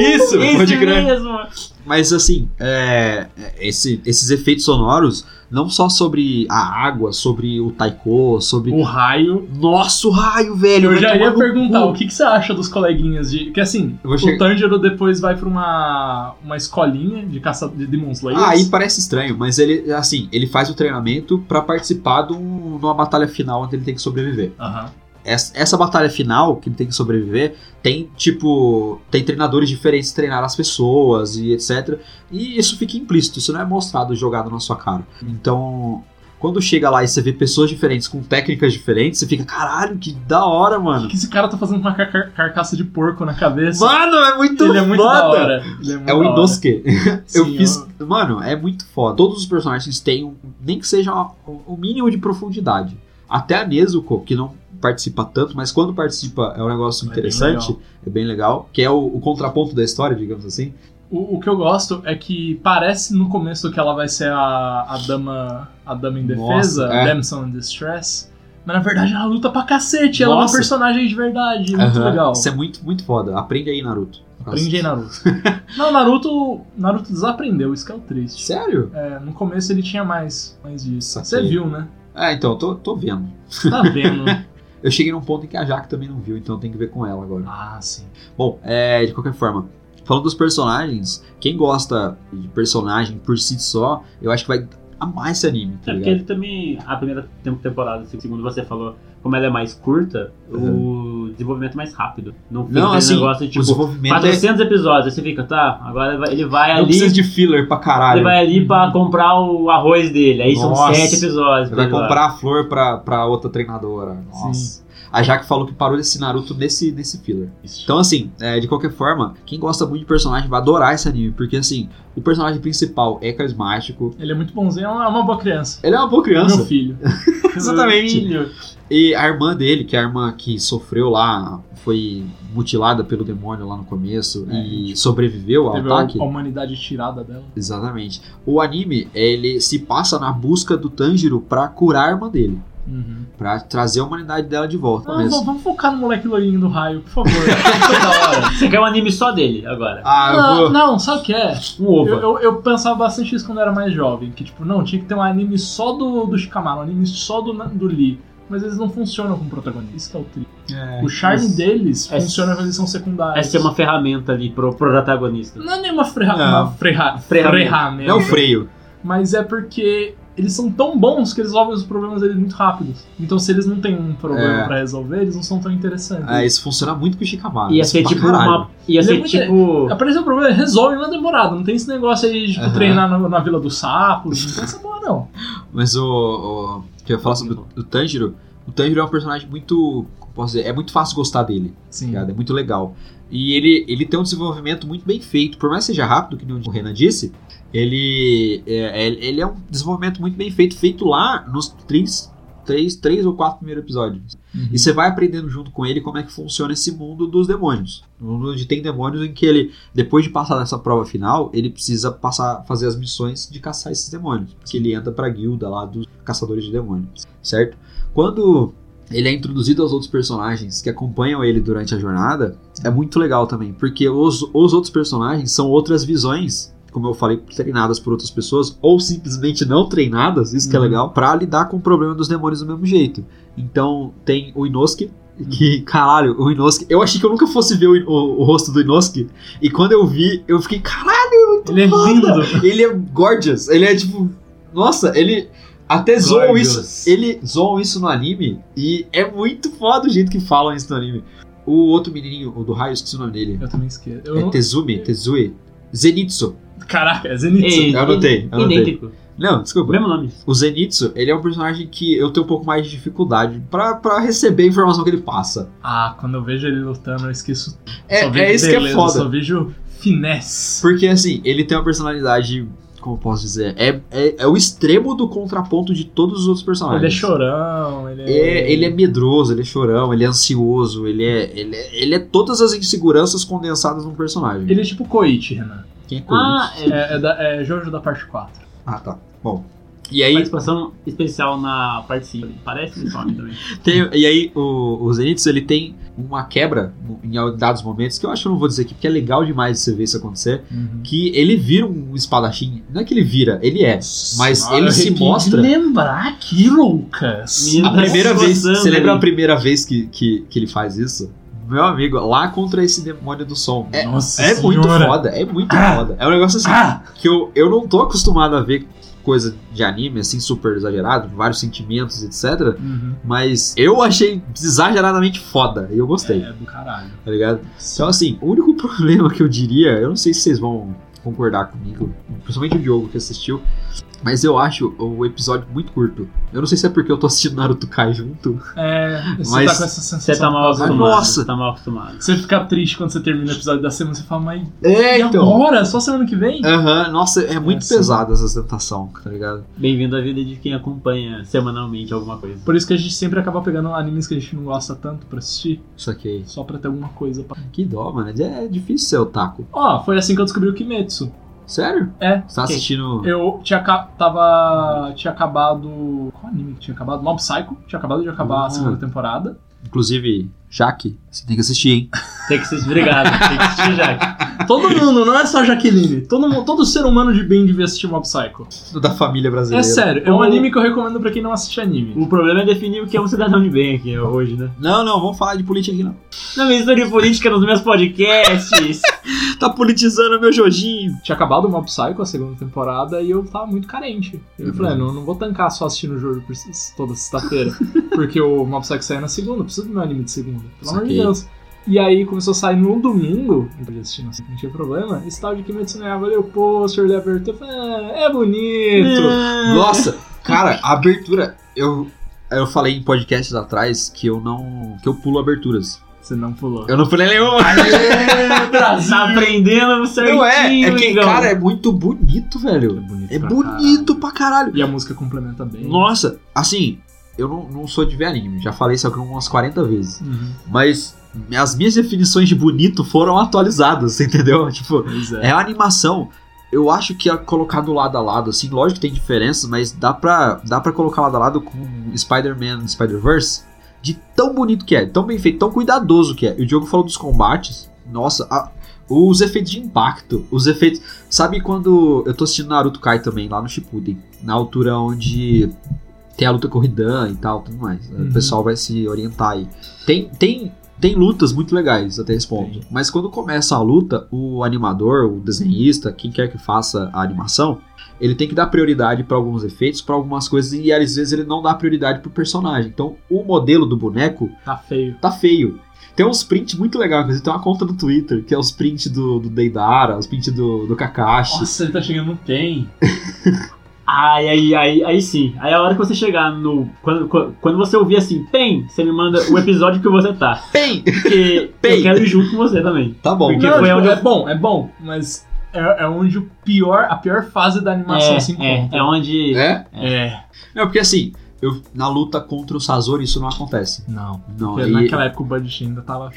[SPEAKER 2] Isso, pode
[SPEAKER 3] né?
[SPEAKER 5] Esse
[SPEAKER 2] crer.
[SPEAKER 5] mesmo.
[SPEAKER 2] Mas assim, é, esse- esses efeitos sonoros, não só sobre a água, sobre o taiko, sobre.
[SPEAKER 3] o raio.
[SPEAKER 2] Nossa, o raio, velho!
[SPEAKER 3] Eu
[SPEAKER 2] vai
[SPEAKER 3] já
[SPEAKER 2] tomar
[SPEAKER 3] ia
[SPEAKER 2] no
[SPEAKER 3] perguntar
[SPEAKER 2] cu.
[SPEAKER 3] o que, que você acha dos coleguinhas de. Que assim,
[SPEAKER 2] Eu vou chegar-
[SPEAKER 3] o Tanjiro depois vai pra uma, uma escolinha de caça de Demon Slayers.
[SPEAKER 2] Ah, aí parece estranho, mas ele, assim, ele faz o treinamento pra participar de um- de uma batalha final onde ele tem que sobreviver.
[SPEAKER 3] Aham.
[SPEAKER 2] Essa, essa batalha final, que ele tem que sobreviver, tem, tipo, tem treinadores diferentes que treinaram as pessoas e etc. E isso fica implícito, isso não é mostrado jogado na sua cara. Então, quando chega lá e você vê pessoas diferentes com técnicas diferentes, você fica, caralho, que da hora,
[SPEAKER 3] O
[SPEAKER 2] mano.
[SPEAKER 3] que esse cara tá fazendo com uma car- car- carcaça de porco na cabeça?
[SPEAKER 2] Mano, é muito
[SPEAKER 3] Ele é muito
[SPEAKER 2] foda.
[SPEAKER 3] da hora. Ele muito
[SPEAKER 2] É o
[SPEAKER 3] da hora.
[SPEAKER 2] Inosuke. Eu
[SPEAKER 3] Sim,
[SPEAKER 2] fiz. Mano, é muito foda. Todos os personagens têm, um- nem que seja uma- o mínimo de profundidade. Até a Nezuko, que não participa tanto, mas quando participa é um
[SPEAKER 3] É
[SPEAKER 2] negócio
[SPEAKER 3] bem
[SPEAKER 2] interessante,
[SPEAKER 3] legal.
[SPEAKER 2] é bem legal, que é o, o contraponto da história, digamos assim.
[SPEAKER 3] O, o que eu gosto é que parece no começo que ela vai ser a, a dama a dama em
[SPEAKER 2] Nossa,
[SPEAKER 3] defesa,
[SPEAKER 2] é.
[SPEAKER 3] Damsel in Distress, mas na verdade ela luta pra cacete, ela é uma
[SPEAKER 2] Nossa.
[SPEAKER 3] personagem de verdade, muito
[SPEAKER 2] Aham.
[SPEAKER 3] legal.
[SPEAKER 2] Isso é muito, muito foda. Aprende aí, Naruto.
[SPEAKER 3] Aprendi aí, Naruto. Não, Naruto, Naruto desaprendeu, isso que é o triste.
[SPEAKER 2] Sério?
[SPEAKER 3] É, no começo ele tinha mais, mais disso.
[SPEAKER 2] Saquei.
[SPEAKER 3] Você viu, né?
[SPEAKER 2] Ah, então, tô, tô vendo.
[SPEAKER 3] Tá vendo.
[SPEAKER 2] Eu cheguei num ponto em que a Jaque também não viu, então tem que ver com ela agora.
[SPEAKER 3] ah, sim.
[SPEAKER 2] Bom, é, de qualquer forma, falando dos personagens, quem gosta de personagem por si só, eu acho que vai amar esse anime, tá
[SPEAKER 5] É porque
[SPEAKER 2] ligado?
[SPEAKER 5] ele também, a primeira tem- temporada, assim, segundo você falou, como ela é mais curta, o desenvolvimento é mais rápido. Não fica
[SPEAKER 2] Uhum. Não,
[SPEAKER 5] aquele
[SPEAKER 2] assim,
[SPEAKER 5] negócio
[SPEAKER 2] o
[SPEAKER 5] tipo
[SPEAKER 2] desenvolvimento é...
[SPEAKER 5] 400 episódios, aí você fica, tá, agora vai- ele vai
[SPEAKER 2] Não
[SPEAKER 5] ali,
[SPEAKER 2] precisa de filler pra
[SPEAKER 5] ele
[SPEAKER 2] caralho.
[SPEAKER 5] vai ali pra comprar o arroz dele, aí são
[SPEAKER 2] Nossa.
[SPEAKER 5] 7 episódios.
[SPEAKER 2] Ele vai
[SPEAKER 5] sei lá.
[SPEAKER 2] comprar a flor pra, pra outra treinadora. Nossa. A Jaque falou que parou desse Naruto nesse, nesse filler. Então, assim, é, de qualquer forma, quem gosta muito de personagem vai adorar esse anime, porque, assim, o personagem principal é carismático.
[SPEAKER 3] Ele é muito bonzinho, é uma, é uma boa criança.
[SPEAKER 2] Ele é uma boa
[SPEAKER 3] Meu
[SPEAKER 2] criança.
[SPEAKER 3] filho.
[SPEAKER 2] Exatamente.
[SPEAKER 3] Meu filho.
[SPEAKER 2] E a irmã dele, que é a irmã que sofreu lá, foi mutilada pelo demônio lá no começo
[SPEAKER 5] É,
[SPEAKER 2] e sobreviveu ao
[SPEAKER 3] Teve a,
[SPEAKER 2] um
[SPEAKER 5] um
[SPEAKER 2] ataque.
[SPEAKER 3] a humanidade tirada dela.
[SPEAKER 2] Exatamente. O anime, ele se passa na busca do Tanjiro pra curar a irmã dele.
[SPEAKER 3] Uhum.
[SPEAKER 2] Pra trazer a humanidade dela de volta.
[SPEAKER 3] Ah,
[SPEAKER 2] mesmo.
[SPEAKER 3] vamos, vamos focar no moleque loirinho do raio, por favor. Foi da hora.
[SPEAKER 5] Você quer um anime só dele agora?
[SPEAKER 2] Ah, eu
[SPEAKER 3] Não,
[SPEAKER 2] vou.
[SPEAKER 3] não, sabe o que é?
[SPEAKER 5] Um ovo.
[SPEAKER 3] Eu, eu- eu pensava bastante isso quando eu era mais jovem. Que, tipo, não, tinha que ter um anime só do, do Shikamaru, um anime só do, Na- do Lee. Mas eles não funcionam como protagonista. Isso que é o tri. o charme
[SPEAKER 5] mas-
[SPEAKER 3] deles
[SPEAKER 5] é-
[SPEAKER 3] funciona quando eles são secundários.
[SPEAKER 5] Essa é uma ferramenta ali pro, pro protagonista.
[SPEAKER 3] Não é nenhuma freha,
[SPEAKER 2] Não.
[SPEAKER 3] uma freha,
[SPEAKER 5] Ferramenta.
[SPEAKER 2] É o freio.
[SPEAKER 3] Mas é porque eles são tão bons que eles resolvem os problemas deles muito rápido. Então, se eles não têm um problema
[SPEAKER 2] É.
[SPEAKER 3] pra resolver, eles não são tão interessantes.
[SPEAKER 2] Ah, isso funciona muito com o Shikamaru. Ah,
[SPEAKER 5] Ia
[SPEAKER 2] isso
[SPEAKER 5] ser
[SPEAKER 2] pra
[SPEAKER 5] tipo
[SPEAKER 2] caralho.
[SPEAKER 5] uma. Ia ser
[SPEAKER 3] Lembra que-
[SPEAKER 5] tipo.
[SPEAKER 3] Apareceu um problema, resolve na temporada. Não tem esse negócio aí de tipo,
[SPEAKER 2] Aham.
[SPEAKER 3] treinar na, na Vila dos Sapos. Não tem essa boa, não.
[SPEAKER 2] Mas o. o que eu ia falar sobre o, o Tanjiro. O Tanjiro é um personagem muito. como Posso dizer, é muito fácil gostar dele.
[SPEAKER 3] Sim.
[SPEAKER 2] ligado? É muito legal. E ele, ele tem um desenvolvimento muito bem feito. Por mais que seja rápido, que nem o Renan disse, ele é, ele ele é um desenvolvimento muito bem feito, feito lá nos três, três, três ou quatro primeiros episódios.
[SPEAKER 3] Uhum.
[SPEAKER 2] E você vai aprendendo junto com ele como é que funciona esse mundo dos demônios. Um mundo onde tem demônios em que ele, depois de passar nessa prova final, ele precisa passar fazer as missões de caçar esses demônios. Porque ele entra pra guilda lá dos caçadores de demônios, certo? Quando ele é introduzido aos outros personagens que acompanham ele durante a jornada, é muito legal também, porque os, os outros personagens são outras visões, como eu falei, treinadas por outras pessoas, ou simplesmente não treinadas, isso que é
[SPEAKER 3] Uhum.
[SPEAKER 2] legal, pra lidar com o problema dos demônios do mesmo jeito. Então tem o Inosuke, que, caralho, o Inosuke. Eu achei que eu nunca fosse ver o, In- o- o rosto do Inosuke, e quando eu vi, eu fiquei, caralho,
[SPEAKER 3] Ele é lindo.
[SPEAKER 2] ele é gorgeous, ele é tipo. Nossa, ele. Até zoam
[SPEAKER 3] Gorgeous.
[SPEAKER 2] isso, ele zoam isso no anime e é muito foda o jeito que falam isso no anime. O outro menininho, o do raio, esqueci o nome dele.
[SPEAKER 3] Eu também esqueço. Eu
[SPEAKER 2] É
[SPEAKER 3] não-
[SPEAKER 2] Tezumi, Tezue. Zenitsu.
[SPEAKER 3] Caraca, é Zenitsu.
[SPEAKER 5] Ei,
[SPEAKER 2] Eu anotei,
[SPEAKER 3] é
[SPEAKER 2] eu anotei.
[SPEAKER 5] idêntico.
[SPEAKER 2] Não, desculpa.
[SPEAKER 5] Mesmo nome.
[SPEAKER 2] O Zenitsu, ele é um personagem que eu tenho um pouco mais de dificuldade pra, pra receber a informação que ele passa.
[SPEAKER 3] Ah, quando eu vejo ele lutando, eu esqueço.
[SPEAKER 2] É,
[SPEAKER 3] só vejo
[SPEAKER 2] é isso que é
[SPEAKER 3] beleza,
[SPEAKER 2] foda.
[SPEAKER 3] Só vejo finesse.
[SPEAKER 2] Porque assim, ele tem uma personalidade, como eu posso dizer, é, é, é o extremo do contraponto de todos os outros personagens.
[SPEAKER 3] Ele é chorão, ele é.
[SPEAKER 2] É, ele é medroso, ele é chorão, ele é ansioso, ele é, ele é, ele é todas as inseguranças condensadas num personagem.
[SPEAKER 3] Ele é tipo Koichi, Renan.
[SPEAKER 2] Quem é
[SPEAKER 5] Ah,
[SPEAKER 2] Coringa?
[SPEAKER 5] é.
[SPEAKER 3] É, é da- é Jojo da parte 4.
[SPEAKER 2] Ah, tá. Bom.
[SPEAKER 5] E aí, participação especial na parte 5. Parece esse homem também.
[SPEAKER 2] Tem- e aí, o, o Zenitsu, ele tem uma quebra em dados momentos, que eu acho que eu não vou dizer aqui, porque é legal demais você ver isso acontecer,
[SPEAKER 3] Uhum.
[SPEAKER 2] que ele vira um espadachim. Não é que ele vira, ele é. Mas
[SPEAKER 3] Senhora,
[SPEAKER 2] ele
[SPEAKER 3] eu
[SPEAKER 2] se
[SPEAKER 3] arrepio de
[SPEAKER 2] mostra-
[SPEAKER 3] lembrar aquilo, Lucas.
[SPEAKER 5] Menino,
[SPEAKER 2] A
[SPEAKER 5] Nossa,
[SPEAKER 2] primeira vez,
[SPEAKER 5] Sandra.
[SPEAKER 2] você lembra a primeira vez que, que, que ele faz isso? Meu amigo, lá contra esse demônio do som. É,
[SPEAKER 3] Nossa
[SPEAKER 2] é muito
[SPEAKER 3] Senhora.
[SPEAKER 2] foda, é muito
[SPEAKER 3] Ah.
[SPEAKER 2] foda. É um negócio assim
[SPEAKER 3] Ah,
[SPEAKER 2] que eu, eu não tô acostumado a ver coisa de anime, assim, super exagerado, vários sentimentos, etc. Mas eu achei exageradamente foda e eu gostei,
[SPEAKER 3] É do caralho.
[SPEAKER 2] tá ligado? Então, assim, o único problema que eu diria, eu não sei se vocês vão concordar comigo, principalmente o Diogo que assistiu, mas eu acho o episódio muito curto. Eu não sei se é porque eu tô assistindo Naruto Kai junto.
[SPEAKER 3] É, você
[SPEAKER 2] Mas
[SPEAKER 3] tá com essa sensação.
[SPEAKER 5] Você tá mal
[SPEAKER 3] de fazer-
[SPEAKER 5] acostumado.
[SPEAKER 2] Nossa.
[SPEAKER 5] Você tá mal acostumado.
[SPEAKER 3] Você fica triste quando você termina o episódio da semana, você fala, mas
[SPEAKER 2] É,
[SPEAKER 3] e agora? Só semana que vem?
[SPEAKER 2] Aham, nossa, é muito
[SPEAKER 3] É, sim.
[SPEAKER 2] pesada essa tentação, tá ligado?
[SPEAKER 5] Bem-vindo à vida de quem acompanha semanalmente alguma coisa.
[SPEAKER 3] Por isso que a gente sempre acaba pegando animes que a gente não gosta tanto pra assistir,
[SPEAKER 2] Saquei.
[SPEAKER 3] só pra ter alguma coisa pra...
[SPEAKER 2] Que dó, mano. É difícil ser otaku.
[SPEAKER 3] Ó, foi assim que eu descobri o Kimetsu.
[SPEAKER 2] Sério?
[SPEAKER 3] É.
[SPEAKER 2] Você tá
[SPEAKER 5] Ok.
[SPEAKER 2] assistindo.
[SPEAKER 3] Eu tinha, aca- tava, tinha acabado... Qual anime que tinha acabado? Mob Psycho. Tinha acabado de acabar
[SPEAKER 2] Ah.
[SPEAKER 3] a segunda temporada.
[SPEAKER 2] Inclusive, Jaque, você tem que assistir, hein?
[SPEAKER 5] Tem que ser obrigado. tem que assistir já.
[SPEAKER 3] Todo mundo, não é só Jaqueline. Todo, mu- todo ser humano de bem devia assistir Mob Psycho.
[SPEAKER 2] Da família brasileira.
[SPEAKER 3] É sério, é um
[SPEAKER 5] Ou-
[SPEAKER 3] anime que eu recomendo pra quem não assiste anime.
[SPEAKER 5] O problema é definir o que é um cidadão de bem aqui hoje, né?
[SPEAKER 2] Não, não, vamos falar de política aqui não.
[SPEAKER 5] Na minha história é de política nos meus podcasts.
[SPEAKER 2] Tá politizando meu Jojinho.
[SPEAKER 3] Tinha acabado o Mob Psycho, a segunda temporada, e eu tava muito carente.
[SPEAKER 2] Uhum.
[SPEAKER 3] Eu falei, "Ah, não, não vou tancar só assistindo o jogo por s- toda sexta-feira, porque o Mob Psycho saiu na segunda, eu preciso do meu anime de segunda, pelo amor de
[SPEAKER 2] Saquei.
[SPEAKER 3] Deus. E aí começou a sair no domingo, eu podia assistir na segunda, não tinha problema, esse tal de Kimetsu no Yaiba, eu olhei o pôster, ele apertou, eu falei, "Ah, é bonito.
[SPEAKER 2] Nossa, cara, a abertura. Eu, eu falei em podcasts atrás que eu não. que eu pulo aberturas.
[SPEAKER 3] Você não pulou.
[SPEAKER 2] Eu não pulei nenhuma.
[SPEAKER 5] tá aprendendo certinho,
[SPEAKER 2] Não é, é que,
[SPEAKER 5] Igão.
[SPEAKER 2] cara, é muito bonito, velho. É
[SPEAKER 3] pra
[SPEAKER 2] bonito pra caralho.
[SPEAKER 3] caralho. E a música complementa bem.
[SPEAKER 2] Nossa, assim, eu não, não sou de ver anime, já falei isso aqui umas 40 vezes.
[SPEAKER 3] Uhum,
[SPEAKER 2] Mas as minhas definições de bonito foram atualizadas, entendeu? Tipo,
[SPEAKER 3] pois é.
[SPEAKER 2] é a animação. Eu acho que é colocado lado a lado, assim, lógico que tem diferenças, mas dá pra, dá pra colocar lado a lado com Spider-Man Spider-Verse. De tão bonito que é, tão bem feito, tão cuidadoso que é. E o Diogo falou dos combates. Nossa, a- os efeitos de impacto, os efeitos. Sabe quando eu tô assistindo Naruto Kai também, lá no Shippuden, na altura onde tem a luta com o Hidan e tal, tudo mais. né?
[SPEAKER 3] Uhum.
[SPEAKER 2] O pessoal vai se orientar aí. Tem, tem, tem lutas muito legais até esse ponto, mas quando começa a luta, o animador, o desenhista, quem quer que faça a animação, ele tem que dar prioridade pra alguns efeitos, pra algumas coisas, e às vezes ele não dá prioridade pro personagem. Então, o modelo do boneco
[SPEAKER 3] Tá feio.
[SPEAKER 2] tá feio. Tem uns prints muito legais, inclusive tem uma conta no Twitter, que é os prints do, do Deidara, os prints do, do Kakashi.
[SPEAKER 3] Nossa, ele tá chegando no tem.
[SPEAKER 5] Ai, ai, ai, aí sim. Aí é a hora que você chegar no. Quando, quando- quando você ouvir assim, PEN, você me manda o episódio que você tá.
[SPEAKER 2] Bem,
[SPEAKER 5] Porque
[SPEAKER 2] Pem.
[SPEAKER 5] eu quero ir junto com você também.
[SPEAKER 2] tá bom.
[SPEAKER 5] Porque
[SPEAKER 3] Não,
[SPEAKER 5] foi
[SPEAKER 3] tipo,
[SPEAKER 5] onde eu-
[SPEAKER 3] é bom, é bom, mas é, é onde o pior, a pior fase da animação se
[SPEAKER 5] É, é,
[SPEAKER 3] encontra.
[SPEAKER 5] é onde.
[SPEAKER 2] É?
[SPEAKER 3] É,
[SPEAKER 2] Não, porque assim, eu, na luta contra o Sazori isso não acontece.
[SPEAKER 3] não.
[SPEAKER 2] Não,
[SPEAKER 3] Porque
[SPEAKER 2] e-
[SPEAKER 3] naquela época o Budget ainda tava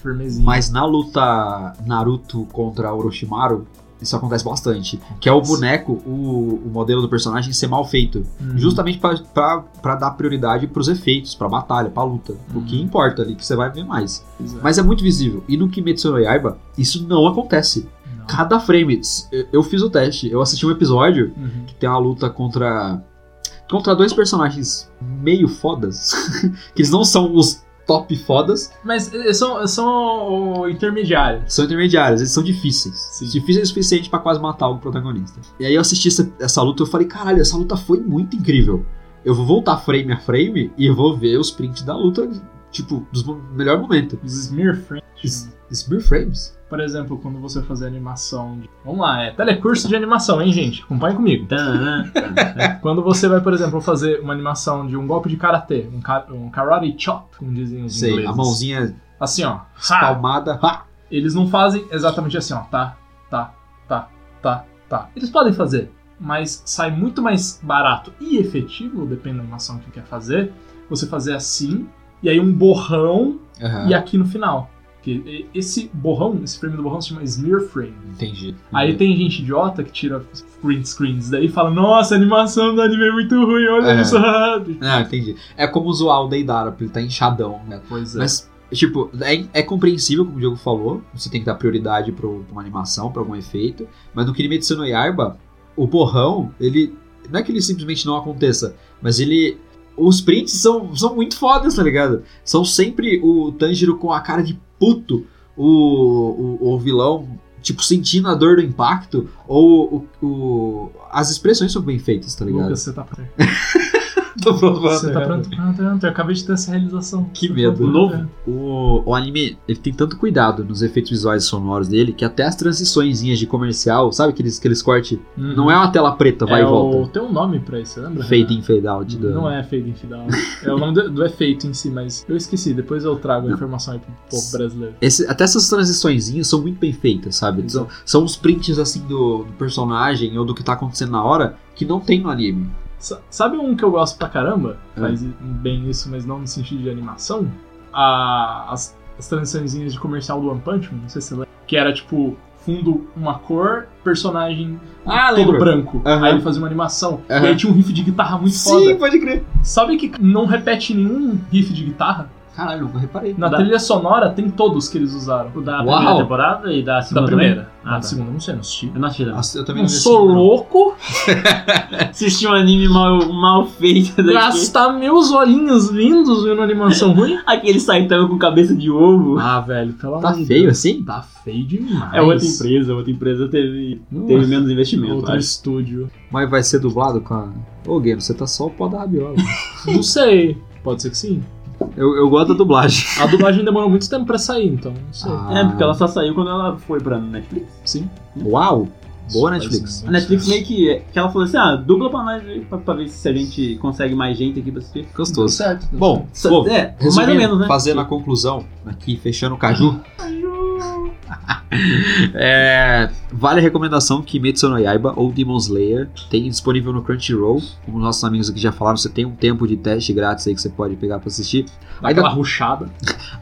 [SPEAKER 3] firmezinho.
[SPEAKER 2] Mas na luta Naruto contra Orochimaru, isso acontece bastante. Que é o boneco, o, o modelo do personagem ser mal feito.
[SPEAKER 3] Hum.
[SPEAKER 2] Justamente pra- pra pra dar prioridade pros efeitos, pra batalha, pra luta. O que importa ali, que você vai ver mais.
[SPEAKER 3] Pois é.
[SPEAKER 2] Mas é muito visível. E no Kimetsu no Yaiba, isso não acontece.
[SPEAKER 3] Não.
[SPEAKER 2] Cada frame, s- eu- eu fiz o teste, eu assisti um episódio
[SPEAKER 3] Uhum.
[SPEAKER 2] que tem uma luta contra contra dois personagens meio fodas, que eles não são os top fodas,
[SPEAKER 3] Mas eh, são, são o intermediário.
[SPEAKER 2] são intermediários, eles são difíceis.
[SPEAKER 3] Sim.
[SPEAKER 2] Difíceis o suficiente pra quase matar o protagonista. E aí eu assisti essa, essa luta e eu falei, caralho, essa luta foi muito incrível. Eu vou voltar frame a frame e eu vou ver os prints da luta, tipo, dos mo- melhor momento.
[SPEAKER 3] Os smear frames.
[SPEAKER 2] Es- Smear frames.
[SPEAKER 3] Por exemplo, quando você fazer animação de... Vamos lá, é telecurso de animação, hein, gente? Acompanhe comigo.
[SPEAKER 5] tá,
[SPEAKER 3] né?
[SPEAKER 5] Tanã, tanã.
[SPEAKER 3] Quando você vai, por exemplo, fazer uma animação de um golpe de karatê, um, ka- um karate chop, como dizem os
[SPEAKER 2] Sei,
[SPEAKER 3] ingleses.
[SPEAKER 2] a mãozinha
[SPEAKER 3] Assim, ó. Ha!
[SPEAKER 2] palmada. Ha!
[SPEAKER 3] Eles não fazem exatamente assim, ó, tá, tá, tá, tá, tá. Eles podem fazer, mas sai muito mais barato e efetivo, depende da animação que quer fazer, você fazer assim, e aí um borrão
[SPEAKER 2] Aham.
[SPEAKER 3] e aqui no final. Que e- Esse borrão, esse frame do borrão se chama Smear Frame.
[SPEAKER 2] Entendi.
[SPEAKER 3] Aí tem gente idiota que tira print screens daí e fala: Nossa, a animação do anime é muito ruim, olha
[SPEAKER 2] É.
[SPEAKER 3] isso.
[SPEAKER 2] Ah, entendi. É como zoar o Deidara, porque ele tá inchadão, né?
[SPEAKER 3] Pois é.
[SPEAKER 2] Mas, tipo, é, é compreensível, como o Diogo falou, você tem que dar prioridade pro- pra uma animação, pra algum efeito, mas no Kimetsu no Yaiba, o borrão, ele, não é que ele simplesmente não aconteça, mas ele, os prints são, são muito fodas, tá ligado? São sempre o Tanjiro com a cara de puto, o, o, o vilão, tipo, sentindo a dor do impacto, ou o, o- as expressões são bem feitas, tá ligado?
[SPEAKER 3] Lucas, você tá pronto.
[SPEAKER 2] Tô provando,
[SPEAKER 3] Você tá
[SPEAKER 2] cara.
[SPEAKER 3] pronto, pronto, pronto. Eu acabei de ter essa realização.
[SPEAKER 2] Que medo.
[SPEAKER 3] Tá
[SPEAKER 2] Novo.
[SPEAKER 3] pronto.
[SPEAKER 2] O, o anime, ele tem tanto cuidado nos efeitos visuais e sonoros dele, que até as transiçõezinhas de comercial, sabe aqueles, aqueles cortes?
[SPEAKER 3] Uhum.
[SPEAKER 2] Não é uma tela preta, vai
[SPEAKER 3] É
[SPEAKER 2] e
[SPEAKER 3] O...
[SPEAKER 2] volta.
[SPEAKER 3] Tem um nome pra isso, você lembra?
[SPEAKER 2] Fade in, fade out. da-
[SPEAKER 3] Não é fade in fade out. É o nome do, do efeito em si, mas eu esqueci. Depois eu trago a informação aí pro povo brasileiro.
[SPEAKER 2] Esse- até essas transiçõezinhas são muito bem feitas, sabe? São, são uns prints, assim, do, do personagem ou do que tá acontecendo na hora, que não tem no anime.
[SPEAKER 3] Sa- Sabe um que eu gosto pra caramba?
[SPEAKER 2] É.
[SPEAKER 3] Faz bem isso, mas não no sentido de animação? A- as, as transiçõezinhas de comercial do One Punch Man, não sei se você lembra. Que era tipo, fundo uma cor, personagem
[SPEAKER 2] Ah,
[SPEAKER 3] todo branco.
[SPEAKER 2] Aham.
[SPEAKER 3] Aí ele fazia uma animação.
[SPEAKER 2] Aham.
[SPEAKER 3] E aí tinha um riff de guitarra muito
[SPEAKER 2] Sim,
[SPEAKER 3] foda.
[SPEAKER 2] pode crer.
[SPEAKER 3] Sabe que não repete nenhum riff de guitarra?
[SPEAKER 2] Caralho, nunca reparei.
[SPEAKER 3] Na
[SPEAKER 5] Da-
[SPEAKER 3] trilha sonora tem todos que eles usaram.
[SPEAKER 5] O da
[SPEAKER 2] Uau.
[SPEAKER 5] primeira temporada e da
[SPEAKER 3] Da
[SPEAKER 5] segunda também?
[SPEAKER 3] primeira.
[SPEAKER 5] Ah,
[SPEAKER 3] Ah,
[SPEAKER 5] tá.
[SPEAKER 3] da segunda, não sei, não assisti.
[SPEAKER 5] Eu não assisti também.
[SPEAKER 2] Nossa, eu também
[SPEAKER 3] Não
[SPEAKER 2] vi
[SPEAKER 3] sou
[SPEAKER 2] esse-
[SPEAKER 3] louco,
[SPEAKER 5] Assisti um anime mal, mal feito daqui.
[SPEAKER 3] gastar meus olhinhos lindos vendo animação ruim.
[SPEAKER 5] Aquele Saitama com cabeça de ovo.
[SPEAKER 3] Ah, velho, pelo
[SPEAKER 2] Tá
[SPEAKER 3] amor de
[SPEAKER 2] feio
[SPEAKER 3] Deus.
[SPEAKER 2] assim?
[SPEAKER 3] Tá feio demais.
[SPEAKER 5] é outra empresa, outra empresa teve, teve
[SPEAKER 3] Nossa,
[SPEAKER 5] menos investimento,
[SPEAKER 3] Outro
[SPEAKER 5] acho.
[SPEAKER 3] estúdio.
[SPEAKER 2] Mas vai ser dublado com a... Ô, Game, você tá só o pó da rabiola.
[SPEAKER 3] Não sei. Pode ser que sim.
[SPEAKER 2] eu, eu gosto da dublagem.
[SPEAKER 3] A dublagem demorou muito tempo pra sair, então não sei.
[SPEAKER 5] É, porque ela só saiu quando ela foi pra Netflix.
[SPEAKER 3] Sim.
[SPEAKER 2] Ah, Uau! Boa
[SPEAKER 3] Isso
[SPEAKER 2] Netflix.
[SPEAKER 3] faz
[SPEAKER 5] A Netflix meio que, que ela falou assim, ah, dubla pra nós aí, pra, pra ver se a gente consegue mais gente aqui pra assistir.
[SPEAKER 2] Gostoso.
[SPEAKER 3] certo.
[SPEAKER 2] Bom, pô,
[SPEAKER 5] é, mais ou
[SPEAKER 2] resumindo,
[SPEAKER 5] menos, né?
[SPEAKER 2] Fazendo a conclusão aqui, fechando o caju. É, vale a recomendação que Metsu no Yaiba ou Demon Slayer tem disponível no Crunchyroll. Como nossos amigos aqui já falaram, você tem um tempo de teste grátis aí que você pode pegar pra assistir.
[SPEAKER 3] Dá aquela
[SPEAKER 2] Ainda,
[SPEAKER 3] ruchada,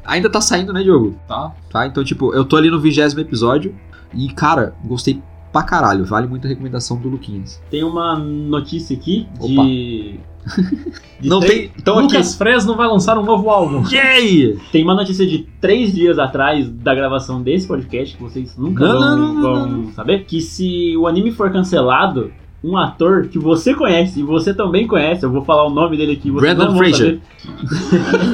[SPEAKER 2] ainda tá saindo, né, Diogo?
[SPEAKER 3] tá?
[SPEAKER 2] Tá? Então, tipo, eu tô ali no vigésimo episódio e, cara, gostei pra caralho. Vale muito a recomendação do Luquinhas.
[SPEAKER 5] Tem uma notícia aqui
[SPEAKER 2] Opa.
[SPEAKER 5] de... de
[SPEAKER 2] Não
[SPEAKER 5] três-
[SPEAKER 2] tem. Então
[SPEAKER 3] Lucas Fresno vai lançar um novo álbum.
[SPEAKER 2] aqui. Yay!
[SPEAKER 5] Tem uma notícia de três dias atrás da gravação desse podcast, que vocês nunca
[SPEAKER 2] Não,
[SPEAKER 5] vão,
[SPEAKER 2] não, não,
[SPEAKER 5] vão saber, que se o anime for cancelado, um ator que você conhece e você também conhece, eu vou falar o nome dele aqui, vocês
[SPEAKER 2] Brandon
[SPEAKER 5] não vão
[SPEAKER 2] Fraser.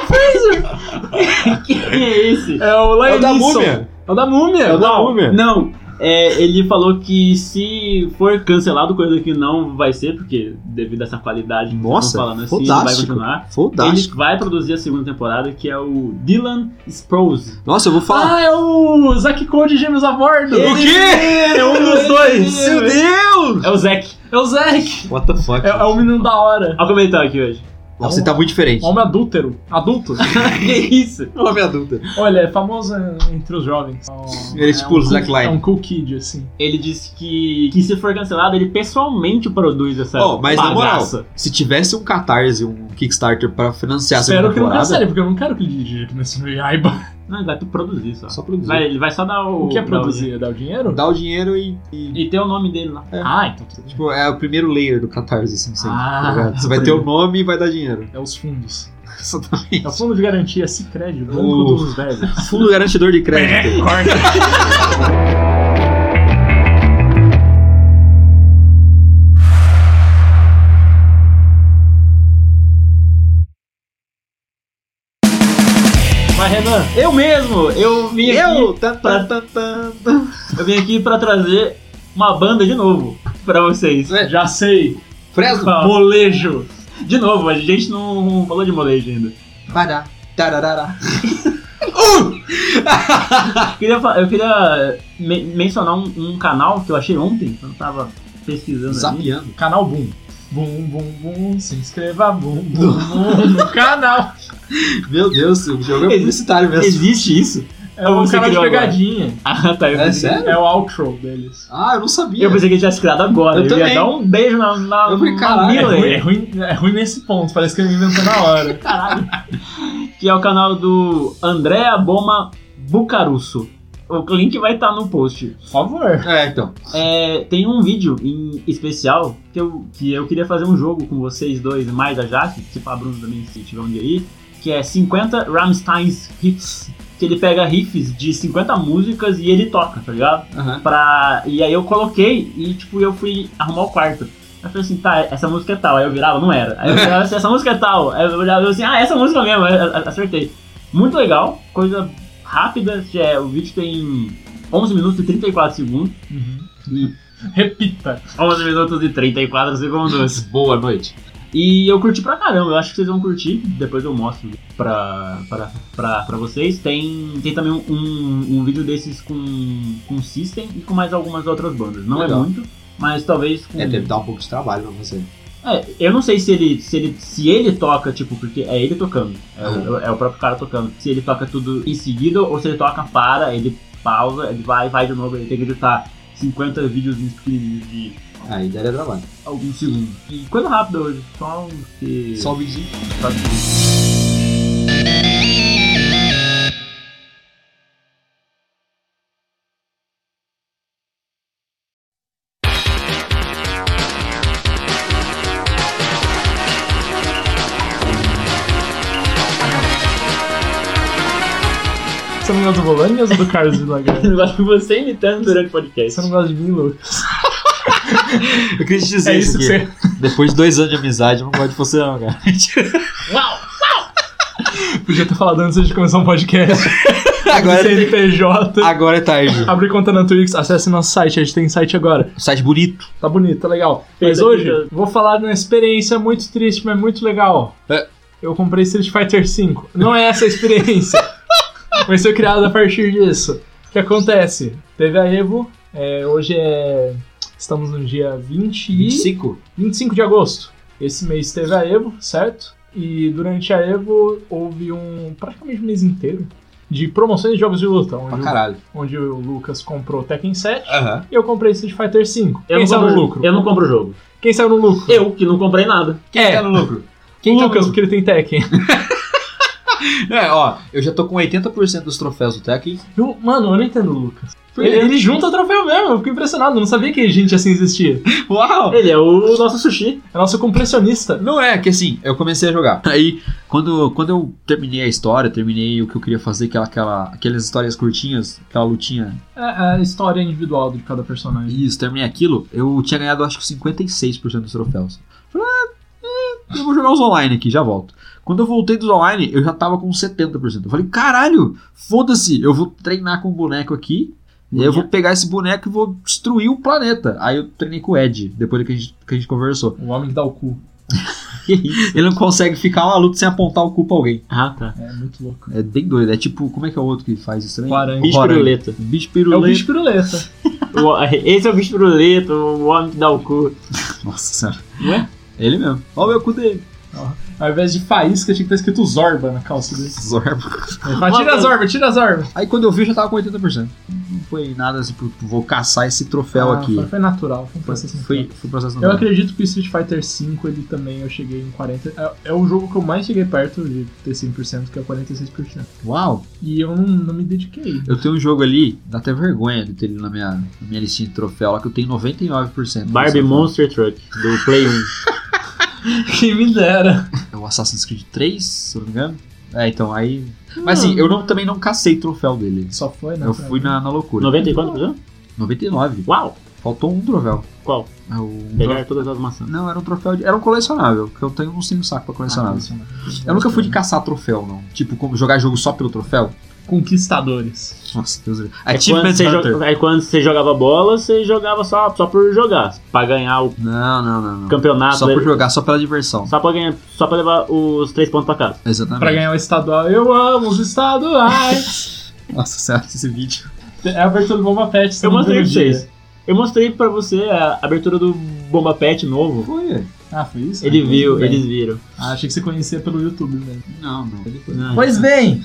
[SPEAKER 5] saber. Quem é esse?
[SPEAKER 3] É o Lion É o da Múmia.
[SPEAKER 2] É o da
[SPEAKER 3] Uau.
[SPEAKER 2] Múmia.
[SPEAKER 5] Não, é, ele falou que se for cancelado, coisa que não vai ser, porque devido a essa qualidade que
[SPEAKER 2] Nossa,
[SPEAKER 5] estão falando assim, ele vai
[SPEAKER 2] fantástico.
[SPEAKER 5] continuar.
[SPEAKER 2] Fodástico.
[SPEAKER 5] Ele vai produzir a segunda temporada, que é o Dylan Sprouse.
[SPEAKER 2] Nossa, eu vou falar.
[SPEAKER 3] Ah, é o Zack Code Gêmeos a bordo.
[SPEAKER 2] O quê?
[SPEAKER 5] É um dos dois!
[SPEAKER 2] Meu Deus!
[SPEAKER 5] É o Zack.
[SPEAKER 3] É o Zack.
[SPEAKER 2] What the fuck?
[SPEAKER 3] É, é o menino da hora.
[SPEAKER 5] Olha o comentário aqui hoje.
[SPEAKER 2] Nossa, você tá muito diferente.
[SPEAKER 3] Homem adúltero. Adulto.
[SPEAKER 5] que É isso?
[SPEAKER 2] Homem adulta.
[SPEAKER 3] Olha, é famoso é, entre os jovens. É um-
[SPEAKER 2] Ele é tipo o
[SPEAKER 3] cool-
[SPEAKER 2] Zack Lyne.
[SPEAKER 3] É um cool kid, assim.
[SPEAKER 5] Ele disse que, que se for cancelado, ele pessoalmente produz essa
[SPEAKER 2] Ó, mas na moral,
[SPEAKER 5] bagaça.
[SPEAKER 2] se tivesse um Catarse, um Kickstarter pra financiar essa
[SPEAKER 3] Espero que não
[SPEAKER 2] temporada...
[SPEAKER 3] cancele, porque eu não quero que ele dirija aqui nesse Yaiba.
[SPEAKER 5] Não, ele vai produzir só.
[SPEAKER 2] Só produzir.
[SPEAKER 5] Vai- ele vai só dar o...
[SPEAKER 3] O que é
[SPEAKER 5] dar
[SPEAKER 3] produzir? É dar o dinheiro?
[SPEAKER 2] Dá o dinheiro e... e,
[SPEAKER 5] E ter o nome dele lá.
[SPEAKER 3] Ah, então tudo bem.
[SPEAKER 2] Tipo, é o primeiro layer do Catarse, assim, sempre.
[SPEAKER 3] Ah,
[SPEAKER 2] tá ligado? Você vai ter o nome e vai dar dinheiro. tá
[SPEAKER 3] É os fundos.
[SPEAKER 2] Exatamente.
[SPEAKER 3] É o fundo de garantia Cicred, Banco
[SPEAKER 2] Uh.
[SPEAKER 3] dos Velhos.
[SPEAKER 2] Fundo garantidor de
[SPEAKER 3] É.
[SPEAKER 2] crédito.
[SPEAKER 5] Mas Renan, eu mesmo, eu vim
[SPEAKER 2] Eu...
[SPEAKER 5] aqui,
[SPEAKER 2] Tan, tan, tan, tan, tan.
[SPEAKER 5] eu vim aqui pra trazer uma banda de novo pra vocês.
[SPEAKER 2] É.
[SPEAKER 3] Já sei.
[SPEAKER 2] Fresno.
[SPEAKER 5] Fala.
[SPEAKER 3] Molejo.
[SPEAKER 5] De novo, a gente não falou de molejo ainda.
[SPEAKER 2] Bará. Tararara.
[SPEAKER 5] Eu queria, fa- eu queria me- mencionar um, um canal que eu achei ontem, quando eu tava pesquisando ali.
[SPEAKER 2] Zapiando.
[SPEAKER 3] Canal Boom. Bum, bum, bum, se inscreva, bum, bum, bum, no canal.
[SPEAKER 2] Meu Deus, o jogo é publicitário mesmo.
[SPEAKER 5] Existe isso?
[SPEAKER 3] É
[SPEAKER 5] Ou
[SPEAKER 3] um
[SPEAKER 5] você
[SPEAKER 3] canal de
[SPEAKER 5] criou agora?
[SPEAKER 3] pegadinha.
[SPEAKER 5] Ah, tá. Eu
[SPEAKER 2] É
[SPEAKER 5] pensei-
[SPEAKER 2] sério?
[SPEAKER 3] É o outro deles. Então,
[SPEAKER 2] Ah, eu não sabia.
[SPEAKER 5] Eu pensei que ele tinha se criado agora.
[SPEAKER 2] Eu
[SPEAKER 5] Eu,
[SPEAKER 2] também.
[SPEAKER 5] ia dar um beijo na, na
[SPEAKER 2] Eu falei,
[SPEAKER 5] na
[SPEAKER 2] caralho,
[SPEAKER 3] É
[SPEAKER 5] mila
[SPEAKER 3] ruim, é,
[SPEAKER 5] aí.
[SPEAKER 3] ruim, é ruim nesse ponto, parece que ele inventou na hora.
[SPEAKER 5] Caralho. que é o canal do Andrea Boma Bucarusso. O link vai estar no post.
[SPEAKER 3] Por favor.
[SPEAKER 2] É, então.
[SPEAKER 5] É, tem um vídeo em especial que eu, que eu queria fazer um jogo com vocês dois, mais a Jaque, tipo a Bruno também, se tiver um dia aí, que é 50 Rammstein's Hits. Que ele pega riffs de 50 músicas e ele toca, tá ligado?
[SPEAKER 2] Aham.
[SPEAKER 5] pra... E aí eu coloquei e, tipo, eu fui arrumar o quarto. Aí eu falei assim, tá, essa música é tal. Aí eu virava, não era. Aí eu virava assim, essa música é tal. Aí eu virava assim, ah, essa música mesmo, Aí eu acertei. Muito legal, coisa rápida. que é, o vídeo tem 11 minutos e 34 segundos.
[SPEAKER 2] Uhum.
[SPEAKER 3] Repita.
[SPEAKER 5] 11 minutos e 34 segundos.
[SPEAKER 2] Boa noite.
[SPEAKER 5] E eu curti pra caramba, eu acho que vocês vão curtir, depois eu mostro pra, pra, pra, pra vocês. Tem, tem também um, um, um vídeo desses com, com System e com mais algumas outras bandas. Não
[SPEAKER 2] Legal.
[SPEAKER 5] é muito, mas talvez com.
[SPEAKER 2] É, deve dar um pouco de trabalho pra você.
[SPEAKER 5] É, eu não sei se ele, se ele se ele toca, tipo, porque é ele tocando,
[SPEAKER 2] Ah.
[SPEAKER 5] é, o, é o próprio cara tocando. Se ele toca tudo em seguida ou se ele toca para, ele pausa, ele vai, vai de novo, ele tem que editar 50 vídeos pequenininhos de
[SPEAKER 2] Aí daria trabalho.
[SPEAKER 5] alguns segundos. E coisa rápida hoje, só um que.
[SPEAKER 2] Só o vizinho.
[SPEAKER 5] só que-
[SPEAKER 3] Você não gosta do Volânias ou do Carlos
[SPEAKER 5] Eu
[SPEAKER 3] Villagrán?
[SPEAKER 5] não gosto de você imitando durante o podcast.
[SPEAKER 3] Você não gosta de mim, Lucas?
[SPEAKER 2] Eu queria te dizer
[SPEAKER 3] É isso que você...
[SPEAKER 2] Depois de dois anos de amizade, eu não gosto de você não, cara.
[SPEAKER 5] Uau!
[SPEAKER 3] Podia ter falado antes de começar um podcast.
[SPEAKER 2] Agora,
[SPEAKER 3] CNPJ.
[SPEAKER 2] agora é tarde.
[SPEAKER 3] Abrir conta na Twix, acesse nosso site, a gente tem site agora.
[SPEAKER 2] Um Site bonito.
[SPEAKER 3] Tá bonito, tá legal. Mas
[SPEAKER 5] Fez aqui,
[SPEAKER 3] hoje,
[SPEAKER 5] né?
[SPEAKER 3] vou falar de uma experiência muito triste, mas muito legal.
[SPEAKER 2] É.
[SPEAKER 3] Eu comprei Street Fighter V. Não é essa a experiência. mas foi criado a partir disso. O que acontece? Teve a Evo, é, hoje é... Estamos no dia 20 e...
[SPEAKER 2] 25.
[SPEAKER 3] 25 de agosto. Esse mês teve a Evo, certo? E durante a Evo houve um praticamente um mês inteiro de promoções de jogos de luta,
[SPEAKER 2] Pra
[SPEAKER 3] onde,
[SPEAKER 2] caralho.
[SPEAKER 3] o, onde o Lucas comprou Tekken 7
[SPEAKER 2] Aham.
[SPEAKER 3] e eu comprei Street Fighter V.
[SPEAKER 5] Eu
[SPEAKER 3] Quem
[SPEAKER 5] não,
[SPEAKER 3] saiu
[SPEAKER 5] compro,
[SPEAKER 3] no lucro?
[SPEAKER 5] eu não compro o jogo.
[SPEAKER 3] Quem saiu no lucro?
[SPEAKER 5] Eu, que não comprei nada.
[SPEAKER 2] Quem
[SPEAKER 3] É.
[SPEAKER 2] tá no lucro?
[SPEAKER 3] O
[SPEAKER 2] tá no
[SPEAKER 3] Lucas,
[SPEAKER 2] lucro?
[SPEAKER 3] porque ele tem Tekken.
[SPEAKER 2] É, ó, eu já tô com 80% dos troféus do Tekken.
[SPEAKER 3] Eu- mano, eu não entendo o Lucas.
[SPEAKER 2] Por quê?
[SPEAKER 3] Ele, ele junta troféu mesmo, eu fico impressionado, eu não sabia que gente assim existia.
[SPEAKER 2] Uau!
[SPEAKER 5] Ele é o nosso sushi.
[SPEAKER 3] É nosso compressionista.
[SPEAKER 2] Não é, que assim, eu comecei a jogar. Aí, quando, quando eu terminei a história, terminei o que eu queria fazer, aquela, aquela, aquelas histórias curtinhas, aquela lutinha,
[SPEAKER 3] É a história individual de cada personagem.
[SPEAKER 2] isso, terminei aquilo, eu tinha ganhado acho que 56% dos troféus. Falei, ah, é, eu vou jogar os online aqui, já volto. Quando eu voltei dos online, eu já tava com 70%. Eu falei, caralho, foda-se, eu vou treinar com o boneco aqui. E aí eu vou pegar esse boneco e vou destruir o planeta. Aí eu treinei com o Ed, depois que a gente, que a gente conversou.
[SPEAKER 3] O homem que dá o cu.
[SPEAKER 2] Ele não consegue ficar uma luta sem apontar o cu pra alguém.
[SPEAKER 5] Ah, tá.
[SPEAKER 3] É muito louco.
[SPEAKER 2] É bem doido. É tipo, como é que é o outro que faz isso também?
[SPEAKER 3] Quarang.
[SPEAKER 2] Bicho
[SPEAKER 5] Bicho
[SPEAKER 2] piruleta.
[SPEAKER 5] piruleta.
[SPEAKER 2] Bicho
[SPEAKER 3] É o
[SPEAKER 2] piruleta.
[SPEAKER 3] bicho piruleta.
[SPEAKER 5] O- Esse é o bicho piruleta, o homem que dá o cu.
[SPEAKER 2] Nossa senhora.
[SPEAKER 5] Ué?
[SPEAKER 2] Ele mesmo. Olha o meu cu dele.
[SPEAKER 3] Ao invés de faísca, tinha que estar escrito Zorba na calça dele.
[SPEAKER 2] Zorba.
[SPEAKER 3] Mas tira a Zorba, tira a Zorba.
[SPEAKER 2] Aí quando eu vi, eu já tava com 80%. Não foi nada assim, pô, vou caçar esse troféu
[SPEAKER 3] Ah,
[SPEAKER 2] aqui.
[SPEAKER 3] Foi, foi natural, foi um
[SPEAKER 2] Foi,
[SPEAKER 3] processo natural.
[SPEAKER 2] foi, foi processo
[SPEAKER 3] Eu
[SPEAKER 2] normal.
[SPEAKER 3] acredito que o Street Fighter V, ele também, eu cheguei em 40... É, é o jogo que eu mais cheguei perto de ter 100%, que é 46%.
[SPEAKER 2] Uau!
[SPEAKER 3] E eu não, não me dediquei.
[SPEAKER 2] Eu tenho um jogo ali, dá até vergonha de ter ele na minha, na minha listinha de troféu lá, que eu tenho 99%.
[SPEAKER 5] Barbie
[SPEAKER 2] Nossa,
[SPEAKER 5] Monster Truck, do Play 1.
[SPEAKER 3] Quem me dera.
[SPEAKER 2] É o Assassin's Creed 3, se eu não me engano. É, então aí. Mas
[SPEAKER 3] Ah.
[SPEAKER 2] assim, eu não, também não cacei troféu dele.
[SPEAKER 3] Só foi, né?
[SPEAKER 2] Eu fui na, na loucura.
[SPEAKER 5] 94%?
[SPEAKER 2] 99.
[SPEAKER 5] Uau!
[SPEAKER 2] Faltou um troféu.
[SPEAKER 5] Qual?
[SPEAKER 2] É o-
[SPEAKER 5] Pegar todas as maçãs.
[SPEAKER 2] Não, era um troféu de... Era um colecionável, que eu tenho não sei um saco pra
[SPEAKER 3] Ah,
[SPEAKER 2] colecionável. eu nunca fui de caçar troféu, não. Tipo, como jogar jogo só pelo troféu.
[SPEAKER 3] Conquistadores.
[SPEAKER 2] Nossa, Deus do céu.
[SPEAKER 5] É quando,
[SPEAKER 2] Achievement
[SPEAKER 5] você
[SPEAKER 2] Hunter.
[SPEAKER 5] joga- é quando você jogava bola, você jogava só, só por jogar. Pra ganhar o
[SPEAKER 2] Não, não, não. não.
[SPEAKER 5] campeonato.
[SPEAKER 2] Só por jogar, só pela diversão.
[SPEAKER 5] só pra ganhar, só pra levar os três pontos pra casa.
[SPEAKER 2] Exatamente.
[SPEAKER 3] Pra ganhar o estadual, eu amo os estaduais.
[SPEAKER 2] Nossa senhora, esse vídeo.
[SPEAKER 3] é a abertura do Bomba Pet. você
[SPEAKER 5] Eu
[SPEAKER 3] não
[SPEAKER 5] mostrei
[SPEAKER 3] viu
[SPEAKER 5] pra
[SPEAKER 3] no dia.
[SPEAKER 5] vocês. Eu mostrei pra você a abertura do Bomba Pet novo.
[SPEAKER 2] Foi?
[SPEAKER 3] Ah, foi isso?
[SPEAKER 5] Ele
[SPEAKER 3] Ah,
[SPEAKER 5] viu,
[SPEAKER 3] bem.
[SPEAKER 5] eles viram.
[SPEAKER 3] Ah, achei que você conhecia pelo YouTube mesmo.
[SPEAKER 2] Não, não.
[SPEAKER 5] Não.
[SPEAKER 3] Pois bem,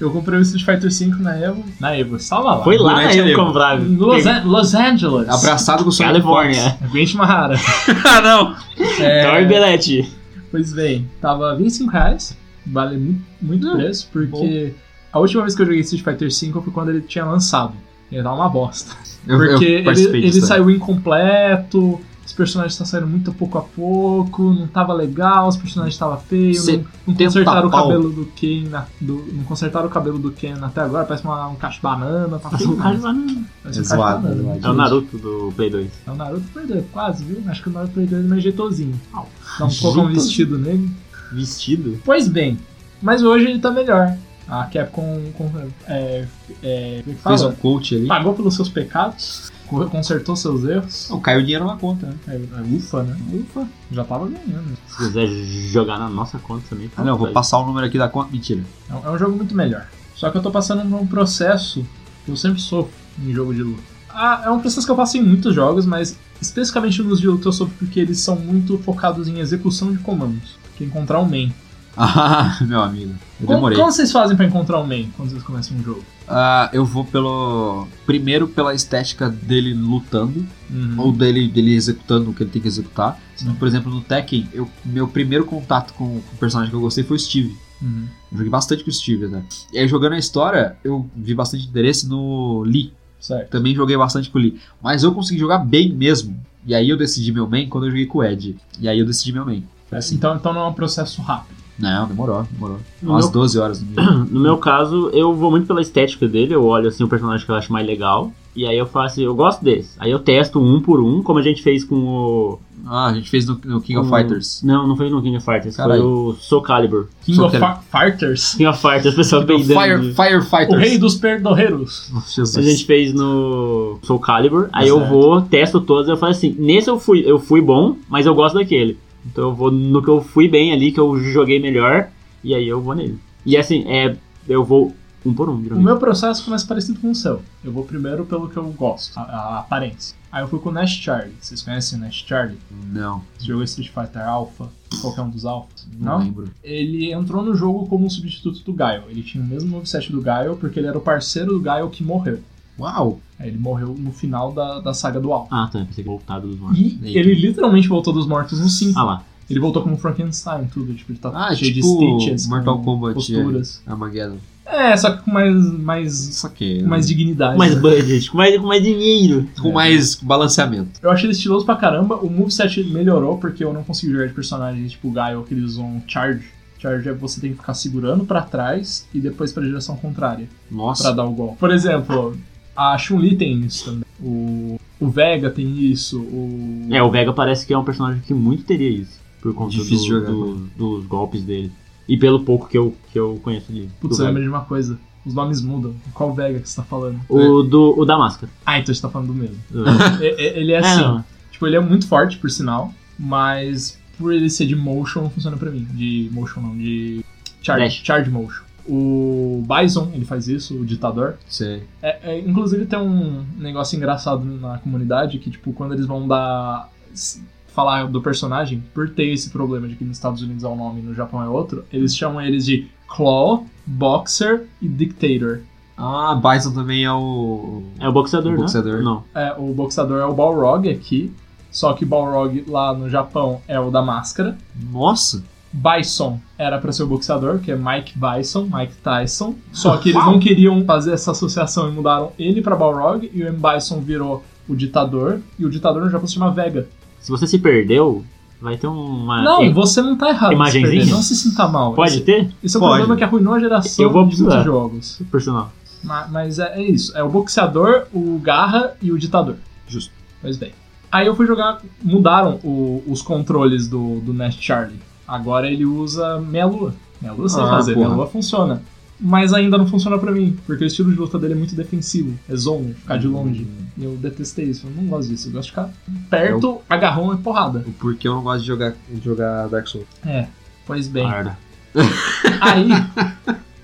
[SPEAKER 3] eu comprei o Street Fighter V na Evo. Na Evo, estava lá.
[SPEAKER 5] Foi lá na
[SPEAKER 2] Durante a
[SPEAKER 5] eu
[SPEAKER 2] Evo.
[SPEAKER 5] comprar.
[SPEAKER 3] Em Los, né? An- Los Angeles.
[SPEAKER 2] Abraçado com o Sonic
[SPEAKER 5] Califórnia.
[SPEAKER 3] Grinch Mahara.
[SPEAKER 2] Fox. ah, não.
[SPEAKER 3] É,
[SPEAKER 5] Então Torre Belete.
[SPEAKER 3] pois bem, tava 25 reais. vale muito, muito preço, porque a última vez que eu joguei Street Fighter V foi quando ele tinha lançado. Ele tava uma bosta.
[SPEAKER 2] Eu- eu
[SPEAKER 3] Porque ele,
[SPEAKER 2] participei disso
[SPEAKER 3] ele
[SPEAKER 2] também.
[SPEAKER 3] saiu incompleto, os personagens estão saindo muito pouco a pouco, não tava legal, os personagens estavam feios,
[SPEAKER 2] Cê
[SPEAKER 3] não, não
[SPEAKER 2] tenta
[SPEAKER 3] consertaram o
[SPEAKER 2] pau.
[SPEAKER 3] cabelo do Ken. na- do- não consertaram o cabelo do Ken até agora, parece uma- um cacho de banana, tá feio.
[SPEAKER 5] Cara, mano,
[SPEAKER 3] Parece um cacho de
[SPEAKER 2] Zoado,
[SPEAKER 3] banana.
[SPEAKER 2] zoado.
[SPEAKER 5] É o Naruto do Play 2.
[SPEAKER 3] É o Naruto Play 2, quase, viu? Acho que o Naruto Play 2 é mais jeitosinho.
[SPEAKER 2] Ah,
[SPEAKER 3] Dá um pouco um vestido nele.
[SPEAKER 5] Vestido?
[SPEAKER 3] Pois bem, mas hoje ele tá melhor. A Capcom com, é, é, como é que
[SPEAKER 2] Fez
[SPEAKER 3] fala?
[SPEAKER 2] um coach ali.
[SPEAKER 3] pagou pelos seus pecados, co- consertou seus erros.
[SPEAKER 2] Não, caiu dinheiro na conta, né?
[SPEAKER 3] É, é, ufa, né? Ufa, já tava ganhando.
[SPEAKER 5] Se quiser jogar na nossa conta também. tá
[SPEAKER 2] Ah, não, eu vou passar o número aqui da conta. Mentira.
[SPEAKER 3] É, um- é um jogo muito melhor. Só que eu tô passando por um processo que eu sempre sofro em jogo de luta. Ah, é um processo que eu passo em muitos jogos, mas especificamente nos de luta eu sofro porque eles são muito focados em execução de comandos. Que é encontrar um main.
[SPEAKER 2] Ah, meu amigo. Eu
[SPEAKER 3] Como-
[SPEAKER 2] demorei.
[SPEAKER 3] Como, vocês fazem pra encontrar um main quando vocês começam um jogo?
[SPEAKER 2] Ah, eu vou pelo. Primeiro pela estética dele lutando.
[SPEAKER 3] Uhum.
[SPEAKER 2] ou dele, dele executando o que ele tem que executar. Senão, por exemplo, no Tekken, eu, meu primeiro contato com, com o personagem que eu gostei foi o Steve.
[SPEAKER 3] Uhum.
[SPEAKER 2] Eu joguei bastante com o Steve, né? E aí, jogando a história, eu vi bastante interesse no Lee.
[SPEAKER 3] Certo.
[SPEAKER 2] Também joguei bastante com o Lee. Mas eu consegui jogar bem mesmo. E aí eu decidi meu main quando eu joguei com o Ed. E aí eu decidi meu main.
[SPEAKER 3] Então, então não é um processo rápido.
[SPEAKER 2] Não, demorou, demorou.
[SPEAKER 5] No
[SPEAKER 2] Umas
[SPEAKER 5] meu-
[SPEAKER 2] 12 horas no mínimo.
[SPEAKER 5] No meu caso, eu vou muito pela estética dele, eu olho assim o personagem que eu acho mais legal. E aí eu faço, eu gosto desse. Aí eu testo um por um, como a gente fez com o.
[SPEAKER 2] Ah, a gente fez no, no King of
[SPEAKER 5] com-
[SPEAKER 2] Fighters.
[SPEAKER 5] Não, não foi no King of Fighters, foi
[SPEAKER 2] Caralho.
[SPEAKER 5] o Soul Calibur.
[SPEAKER 3] King
[SPEAKER 2] Só
[SPEAKER 3] of
[SPEAKER 2] quero-
[SPEAKER 3] Fa- Fighters?
[SPEAKER 5] King of Fighters, o pessoal
[SPEAKER 2] Do
[SPEAKER 5] peidando.
[SPEAKER 2] Fire,
[SPEAKER 3] O rei
[SPEAKER 2] Firefighters.
[SPEAKER 3] dos perdorreiros.
[SPEAKER 5] A gente fez no Soul Calibur, aí eu
[SPEAKER 3] Certo.
[SPEAKER 5] vou, testo todos, eu falo assim, nesse eu fui, eu fui bom, mas eu gosto daquele. Então eu vou no que eu fui bem ali, que eu joguei melhor, e aí eu vou nele. E assim, é, eu vou um por um,
[SPEAKER 3] O
[SPEAKER 5] geralmente.
[SPEAKER 3] meu processo foi mais parecido com o seu. Eu vou primeiro pelo que eu gosto, a, a aparência. Aí eu fui com o Nash Charlie. Vocês conhecem o Nash Charlie?
[SPEAKER 2] Não,
[SPEAKER 3] Você jogou Street Fighter Alpha? Qualquer um dos Alphas?
[SPEAKER 2] não, lembro.
[SPEAKER 3] Ele entrou no jogo como um substituto do Gaio. Ele tinha o mesmo moveset do Gaio, porque ele era o parceiro do Gaio que morreu.
[SPEAKER 2] Uau!
[SPEAKER 3] Aí Ele morreu no final da, da saga do Alpha.
[SPEAKER 5] Ah, tá, pensei que voltado dos mortos.
[SPEAKER 3] E
[SPEAKER 2] Eita.
[SPEAKER 3] ele literalmente voltou dos mortos no 5.
[SPEAKER 5] Ah lá.
[SPEAKER 3] Ele voltou como Frankenstein, tudo. Tipo, ele tá
[SPEAKER 2] Ah,
[SPEAKER 3] cheio
[SPEAKER 2] tipo
[SPEAKER 3] de stitches,
[SPEAKER 2] Mortal
[SPEAKER 3] com
[SPEAKER 2] Kombat, é.
[SPEAKER 3] posturas.
[SPEAKER 2] Armageddon.
[SPEAKER 3] É, só que com mais, mais,
[SPEAKER 2] Saquei.
[SPEAKER 3] com mais dignidade.
[SPEAKER 5] Com mais budget, com mais, com mais dinheiro.
[SPEAKER 3] É.
[SPEAKER 2] com mais balanceamento.
[SPEAKER 3] Eu achei ele estiloso pra caramba. O moveset melhorou, porque eu não consegui jogar de personagens tipo Gaio, que eles usam Charge. Charge é você tem que ficar segurando pra trás e depois pra direção contrária, pra
[SPEAKER 2] Nossa.
[SPEAKER 3] dar o golpe. Por exemplo, a Chun-Li tem isso também. O, o Vega tem isso. O...
[SPEAKER 5] É, o Vega parece que é um personagem que muito teria isso, por conta
[SPEAKER 2] Difícil
[SPEAKER 5] do-
[SPEAKER 2] jogar, né?
[SPEAKER 5] do- dos golpes dele. E pelo pouco que eu, que eu conheço dele.
[SPEAKER 3] Putz,
[SPEAKER 2] é
[SPEAKER 5] do
[SPEAKER 3] eu
[SPEAKER 5] Vega.
[SPEAKER 3] lembrei de uma coisa. Os nomes mudam. Qual Vega que você tá falando?
[SPEAKER 5] o, do, o da máscara.
[SPEAKER 3] Ah, então você tá falando do mesmo.
[SPEAKER 5] Do Vega.
[SPEAKER 3] É, é, ele é
[SPEAKER 5] É,
[SPEAKER 3] assim.
[SPEAKER 5] não.
[SPEAKER 3] Tipo, ele é muito forte, por sinal, mas por ele ser de motion, não funciona pra mim. De motion não, de charge,
[SPEAKER 5] Dash.
[SPEAKER 3] charge motion. O Bison, ele faz isso, o ditador.
[SPEAKER 2] Sei.
[SPEAKER 3] É, é, inclusive tem um negócio engraçado na comunidade que, tipo, quando eles vão dar. s- falar do personagem, por ter esse problema de que nos Estados Unidos é um nome e no Japão é outro, eles chamam eles de Claw, Boxer e Dictator.
[SPEAKER 2] Ah, Bison também é o.
[SPEAKER 5] É o boxeador,
[SPEAKER 2] O
[SPEAKER 5] né?
[SPEAKER 2] boxeador.
[SPEAKER 5] Não.
[SPEAKER 3] É, o boxador é o Balrog aqui, só que Balrog lá no Japão é o da máscara.
[SPEAKER 2] Nossa!
[SPEAKER 3] Bison era pra ser o boxeador, que é Mike Bison, Mike Tyson. Só que eles não queriam fazer essa associação e mudaram ele pra Balrog e o M. Bison virou o ditador. E o ditador no Japão se chama Vega.
[SPEAKER 5] Se você se perdeu, vai ter uma.
[SPEAKER 3] não,
[SPEAKER 5] é,
[SPEAKER 3] você não tá errado.
[SPEAKER 5] Imagenzinha?
[SPEAKER 3] Fernando, Não se sinta mal.
[SPEAKER 5] Pode
[SPEAKER 3] Esse,
[SPEAKER 5] ter?
[SPEAKER 3] esse é um
[SPEAKER 2] Pode.
[SPEAKER 3] problema que arruinou a geração
[SPEAKER 5] Eu vou
[SPEAKER 3] de muitos
[SPEAKER 5] precisar.
[SPEAKER 3] jogos.
[SPEAKER 5] Personal.
[SPEAKER 3] Ma- Mas, é, é isso. É o boxeador, o garra e o ditador.
[SPEAKER 2] Justo.
[SPEAKER 3] Pois bem. Aí eu fui jogar. Mudaram o- os controles do, do Nest Charlie. Agora ele usa meia lua. Meia lua sem
[SPEAKER 2] Ah,
[SPEAKER 3] fazer,
[SPEAKER 2] porra.
[SPEAKER 3] meia lua funciona. Mas ainda não funciona pra mim, porque o estilo de luta dele é muito defensivo. É zone, ficar de longe.
[SPEAKER 2] Hum.
[SPEAKER 3] E Eu detestei isso, eu não gosto disso. Eu gosto de ficar perto, agarrão e porrada. É,
[SPEAKER 2] O porquê eu não gosto de jogar, de jogar Dark Souls.
[SPEAKER 3] Pois bem.
[SPEAKER 5] Merda.
[SPEAKER 3] Aí,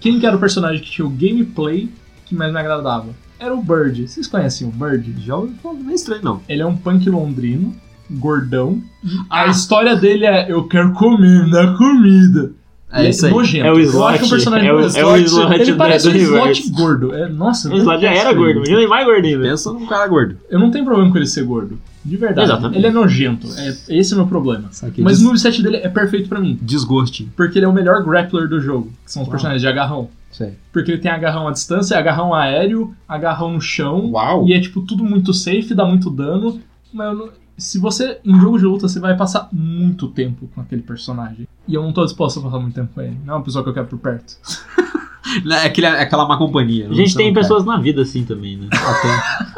[SPEAKER 3] quem que era o personagem que tinha o gameplay que mais me agradava? Era o Bird. Vocês conhecem o Bird?
[SPEAKER 2] Já ouvi falar, não é estranho, não.
[SPEAKER 3] Ele é um punk londrino, gordão. A história dele é: eu quero comer minha comida.
[SPEAKER 2] É
[SPEAKER 3] Ele
[SPEAKER 2] isso aí.
[SPEAKER 3] nojento.
[SPEAKER 5] É o
[SPEAKER 3] Eu acho que
[SPEAKER 5] Slot.
[SPEAKER 3] o personagem
[SPEAKER 5] É o-
[SPEAKER 3] do
[SPEAKER 5] é o Slot
[SPEAKER 3] Ele
[SPEAKER 5] do-
[SPEAKER 3] parece um
[SPEAKER 5] do
[SPEAKER 3] slot
[SPEAKER 5] universo.
[SPEAKER 3] gordo. É, nossa, eu
[SPEAKER 5] Ele
[SPEAKER 3] não
[SPEAKER 5] lá já
[SPEAKER 3] gosto
[SPEAKER 5] era
[SPEAKER 3] dele.
[SPEAKER 5] gordo, mas ele vai gordinho. né?
[SPEAKER 2] Pensa num cara gordo.
[SPEAKER 3] Eu não tenho problema com ele ser gordo. De verdade.
[SPEAKER 5] Exatamente.
[SPEAKER 3] Ele é nojento. É, esse é o meu problema.
[SPEAKER 7] Saquei.
[SPEAKER 3] Mas o moveset dele é perfeito pra mim.
[SPEAKER 2] Desgoste.
[SPEAKER 3] Porque ele é o melhor grappler do jogo, que são os personagens de agarrão.
[SPEAKER 7] Sei.
[SPEAKER 3] Porque ele tem agarrão à distância, agarrão aéreo, agarrão no chão.
[SPEAKER 7] Uau!
[SPEAKER 3] E é tipo tudo muito safe, dá muito dano. Mas eu não- se você. Em jogo de luta, você vai passar muito tempo com aquele personagem. E eu não tô disposto a passar muito tempo com ele. Não é uma pessoa que eu quero por perto.
[SPEAKER 7] É, aquele, é aquela má companhia.
[SPEAKER 5] A gente tem pessoas na vida assim também, né?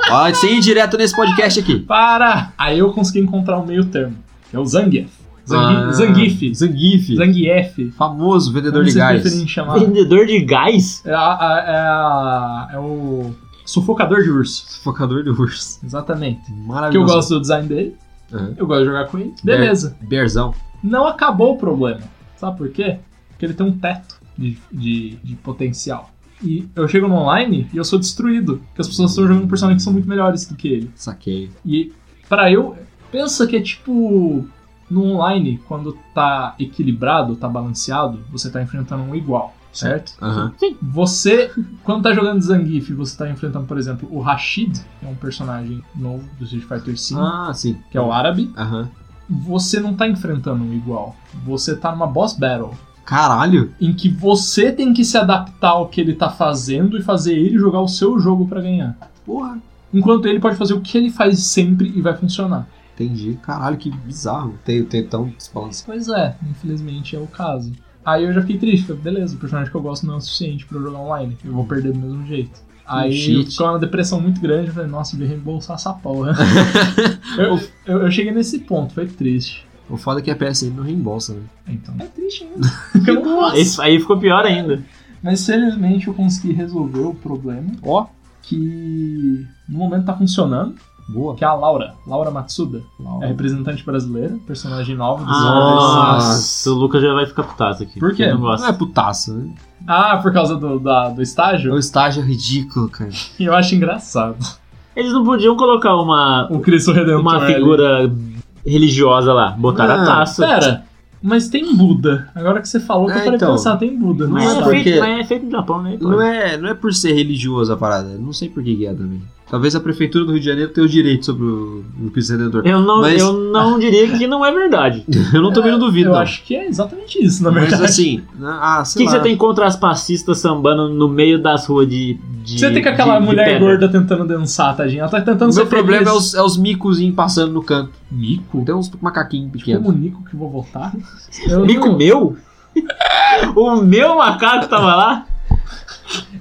[SPEAKER 3] Ah,
[SPEAKER 2] Ó, sem direto nesse podcast aqui.
[SPEAKER 3] Para! Aí eu consegui encontrar um meio termo, que é o Zangief. Zangi-
[SPEAKER 2] Ah.
[SPEAKER 3] Zangief.
[SPEAKER 7] Zangief.
[SPEAKER 3] Zangief.
[SPEAKER 2] Famoso vendedor
[SPEAKER 3] Como
[SPEAKER 2] de
[SPEAKER 3] vocês
[SPEAKER 2] gás.
[SPEAKER 3] preferem chamar?
[SPEAKER 5] Vendedor de gás?
[SPEAKER 3] É, a- a- é, a- é o sufocador de urso.
[SPEAKER 2] Focador de urso.
[SPEAKER 3] Exatamente. Porque eu
[SPEAKER 2] Maravilhoso.
[SPEAKER 3] gosto do design dele.
[SPEAKER 7] Uhum.
[SPEAKER 3] Eu gosto de jogar com ele.
[SPEAKER 7] Ber-
[SPEAKER 3] Beleza.
[SPEAKER 7] Berzão.
[SPEAKER 3] Não acabou o problema. Sabe por quê? Porque ele tem um teto de, de, de potencial. E eu chego no online e eu sou destruído. Porque as pessoas estão jogando personagens que são muito melhores do que ele.
[SPEAKER 7] Saquei.
[SPEAKER 3] E pra eu. Pensa que é tipo. No online, quando tá equilibrado, tá balanceado, você tá enfrentando um igual, certo?
[SPEAKER 7] Aham.
[SPEAKER 3] Você, quando tá jogando Zangief, você tá enfrentando, por exemplo, o Rashid, que é um personagem novo do Street Fighter V,
[SPEAKER 7] Ah, sim.
[SPEAKER 3] que é o árabe.
[SPEAKER 7] Aham.
[SPEAKER 3] Você não tá enfrentando um igual. Você tá numa boss battle,
[SPEAKER 7] Caralho.
[SPEAKER 3] em que você tem que se adaptar ao que ele tá fazendo e fazer ele jogar o seu jogo pra ganhar.
[SPEAKER 7] Porra.
[SPEAKER 3] Enquanto ele pode fazer o que ele faz sempre e vai funcionar.
[SPEAKER 7] Entendi. Caralho, que bizarro. Tem, tem tão desbalanceado.
[SPEAKER 3] Pois é, infelizmente é o caso. Aí eu já fiquei triste, falei, beleza, o personagem que eu gosto não é o suficiente pra eu jogar online, eu vou perder do mesmo jeito. Aí eu
[SPEAKER 7] cheat.
[SPEAKER 3] ficou uma depressão muito grande, eu falei, nossa, eu devia reembolsar essa porra. eu, eu, eu cheguei nesse ponto, foi triste.
[SPEAKER 7] O foda é que a PSN não reembolsa, né?
[SPEAKER 3] Então é triste ainda. Porque eu não gosto.
[SPEAKER 5] Esse aí ficou pior ainda.
[SPEAKER 3] Mas felizmente eu consegui resolver o problema.
[SPEAKER 7] Ó.
[SPEAKER 3] Que no momento tá funcionando,
[SPEAKER 7] Boa.
[SPEAKER 3] que é a Laura, Laura Matsuda, é
[SPEAKER 7] Laura.
[SPEAKER 3] representante brasileira, personagem nova dos
[SPEAKER 7] Ah.
[SPEAKER 3] ah.
[SPEAKER 7] Nossa.
[SPEAKER 5] Nossa, o Lucas já vai ficar putaço aqui.
[SPEAKER 3] Por quê?
[SPEAKER 5] Ele Não
[SPEAKER 7] Não
[SPEAKER 5] gosta.
[SPEAKER 7] é putaço, né?
[SPEAKER 3] ah, por causa do, da- do
[SPEAKER 7] É
[SPEAKER 3] estágio?
[SPEAKER 7] um estágio ridículo, cara.
[SPEAKER 3] Eu acho engraçado.
[SPEAKER 5] Eles não podiam colocar uma,
[SPEAKER 3] O Cristo Redentor.
[SPEAKER 5] uma
[SPEAKER 3] ali.
[SPEAKER 5] figura religiosa lá. Botaram
[SPEAKER 7] Não,
[SPEAKER 5] a taça.
[SPEAKER 3] Ah, Pera, mas tem Buda. Agora que você falou, que
[SPEAKER 7] É,
[SPEAKER 3] eu parei de
[SPEAKER 7] então.
[SPEAKER 3] pensar, tem Buda. Não
[SPEAKER 5] Mas,
[SPEAKER 3] é
[SPEAKER 5] é
[SPEAKER 7] porque-
[SPEAKER 5] feito, mas é feito no Japão, né? pô?
[SPEAKER 7] Não é, não é por ser religioso a parada. eu Não sei por que que é também. Talvez a prefeitura do Rio de Janeiro tenha os direitos sobre o, o Cristo Redentor.
[SPEAKER 5] Eu não,
[SPEAKER 7] Mas-
[SPEAKER 5] eu não diria que não é verdade. O
[SPEAKER 7] Eu não também não duvido.
[SPEAKER 3] Eu
[SPEAKER 7] não.
[SPEAKER 3] acho que é exatamente isso, na
[SPEAKER 7] Mas
[SPEAKER 3] verdade.
[SPEAKER 7] assim, na- ah,
[SPEAKER 5] que,
[SPEAKER 7] sei
[SPEAKER 5] que
[SPEAKER 7] lá.
[SPEAKER 5] você tem contra as passistas sambando no meio das ruas de. de-
[SPEAKER 3] você tem que aquela
[SPEAKER 5] de- de
[SPEAKER 3] mulher
[SPEAKER 5] pedra?
[SPEAKER 3] gorda tentando dançar, tadinha. Ela tá tentando
[SPEAKER 7] O
[SPEAKER 3] ser
[SPEAKER 7] meu problema é
[SPEAKER 3] feliz.
[SPEAKER 7] os, é os micozinhos passando no canto.
[SPEAKER 3] Mico?
[SPEAKER 7] Tem uns macaquinhos pequenos.
[SPEAKER 3] Como Nico que eu vou votar? Eu
[SPEAKER 5] Mico
[SPEAKER 3] não,
[SPEAKER 5] meu? o meu macaco tava lá?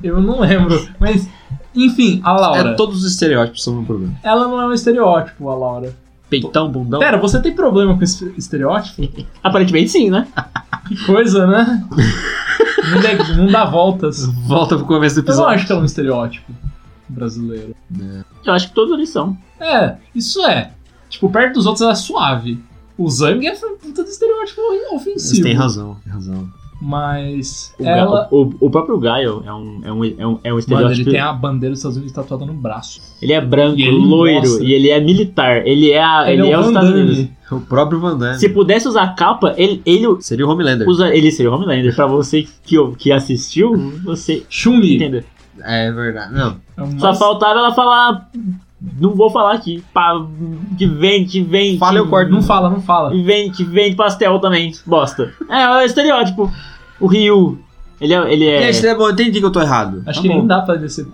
[SPEAKER 3] Eu não lembro. Mas, enfim, a Laura.
[SPEAKER 7] É, todos os estereótipos são um problema.
[SPEAKER 3] Ela não é um estereótipo, a Laura.
[SPEAKER 5] Então-
[SPEAKER 7] Peitão, bundão.
[SPEAKER 3] Pera, você tem problema com esse estereótipo?
[SPEAKER 5] Aparentemente sim, né?
[SPEAKER 3] Que coisa, né? não, dá- não dá voltas.
[SPEAKER 7] Volta pro começo do
[SPEAKER 3] Eu não
[SPEAKER 7] episódio.
[SPEAKER 3] acho que ela é um estereótipo brasileiro.
[SPEAKER 5] Eu acho que todos eles são.
[SPEAKER 3] É, isso é. Tipo, perto dos outros ela é suave. O Zang é um puta de estereótipo
[SPEAKER 7] Você
[SPEAKER 3] ofensivo.
[SPEAKER 7] tem razão. Tem razão.
[SPEAKER 3] Mas
[SPEAKER 5] O, Ga-
[SPEAKER 3] ela.
[SPEAKER 5] o, o próprio Gaio é um, é um, é um, é um
[SPEAKER 3] Mano, ele
[SPEAKER 5] estereótipo.
[SPEAKER 3] tem a bandeira dos Estados Unidos tatuada no braço.
[SPEAKER 5] Ele é branco,
[SPEAKER 3] E ele
[SPEAKER 5] loiro,
[SPEAKER 3] mostra.
[SPEAKER 5] e ele é militar. Ele é, a- ele é
[SPEAKER 3] o
[SPEAKER 5] os
[SPEAKER 3] Van
[SPEAKER 5] Estados
[SPEAKER 3] Damme.
[SPEAKER 5] Unidos.
[SPEAKER 7] O próprio Van Damme.
[SPEAKER 5] Se pudesse usar capa, ele, ele
[SPEAKER 7] Seria o Homelander.
[SPEAKER 5] usa. Ele seria o Homelander. Pra você que, que assistiu, você
[SPEAKER 3] Chun-Li.
[SPEAKER 5] entendeu.
[SPEAKER 7] É verdade. Não.
[SPEAKER 3] É o
[SPEAKER 5] Só
[SPEAKER 3] mais-
[SPEAKER 5] faltava ela falar. Não vou falar aqui. Pá, que vem, que vem.
[SPEAKER 7] Fala,
[SPEAKER 5] que-
[SPEAKER 7] eu corto.
[SPEAKER 3] Não fala, não fala.
[SPEAKER 5] E vende, vende pastel também. Bosta. É, é estereótipo. O Ryu. Ele é. Ele, é,
[SPEAKER 7] Gente, é bom, eu entendi que eu tô errado.
[SPEAKER 3] Acho
[SPEAKER 7] Tá
[SPEAKER 3] que
[SPEAKER 7] bom.
[SPEAKER 3] nem dá pra descer.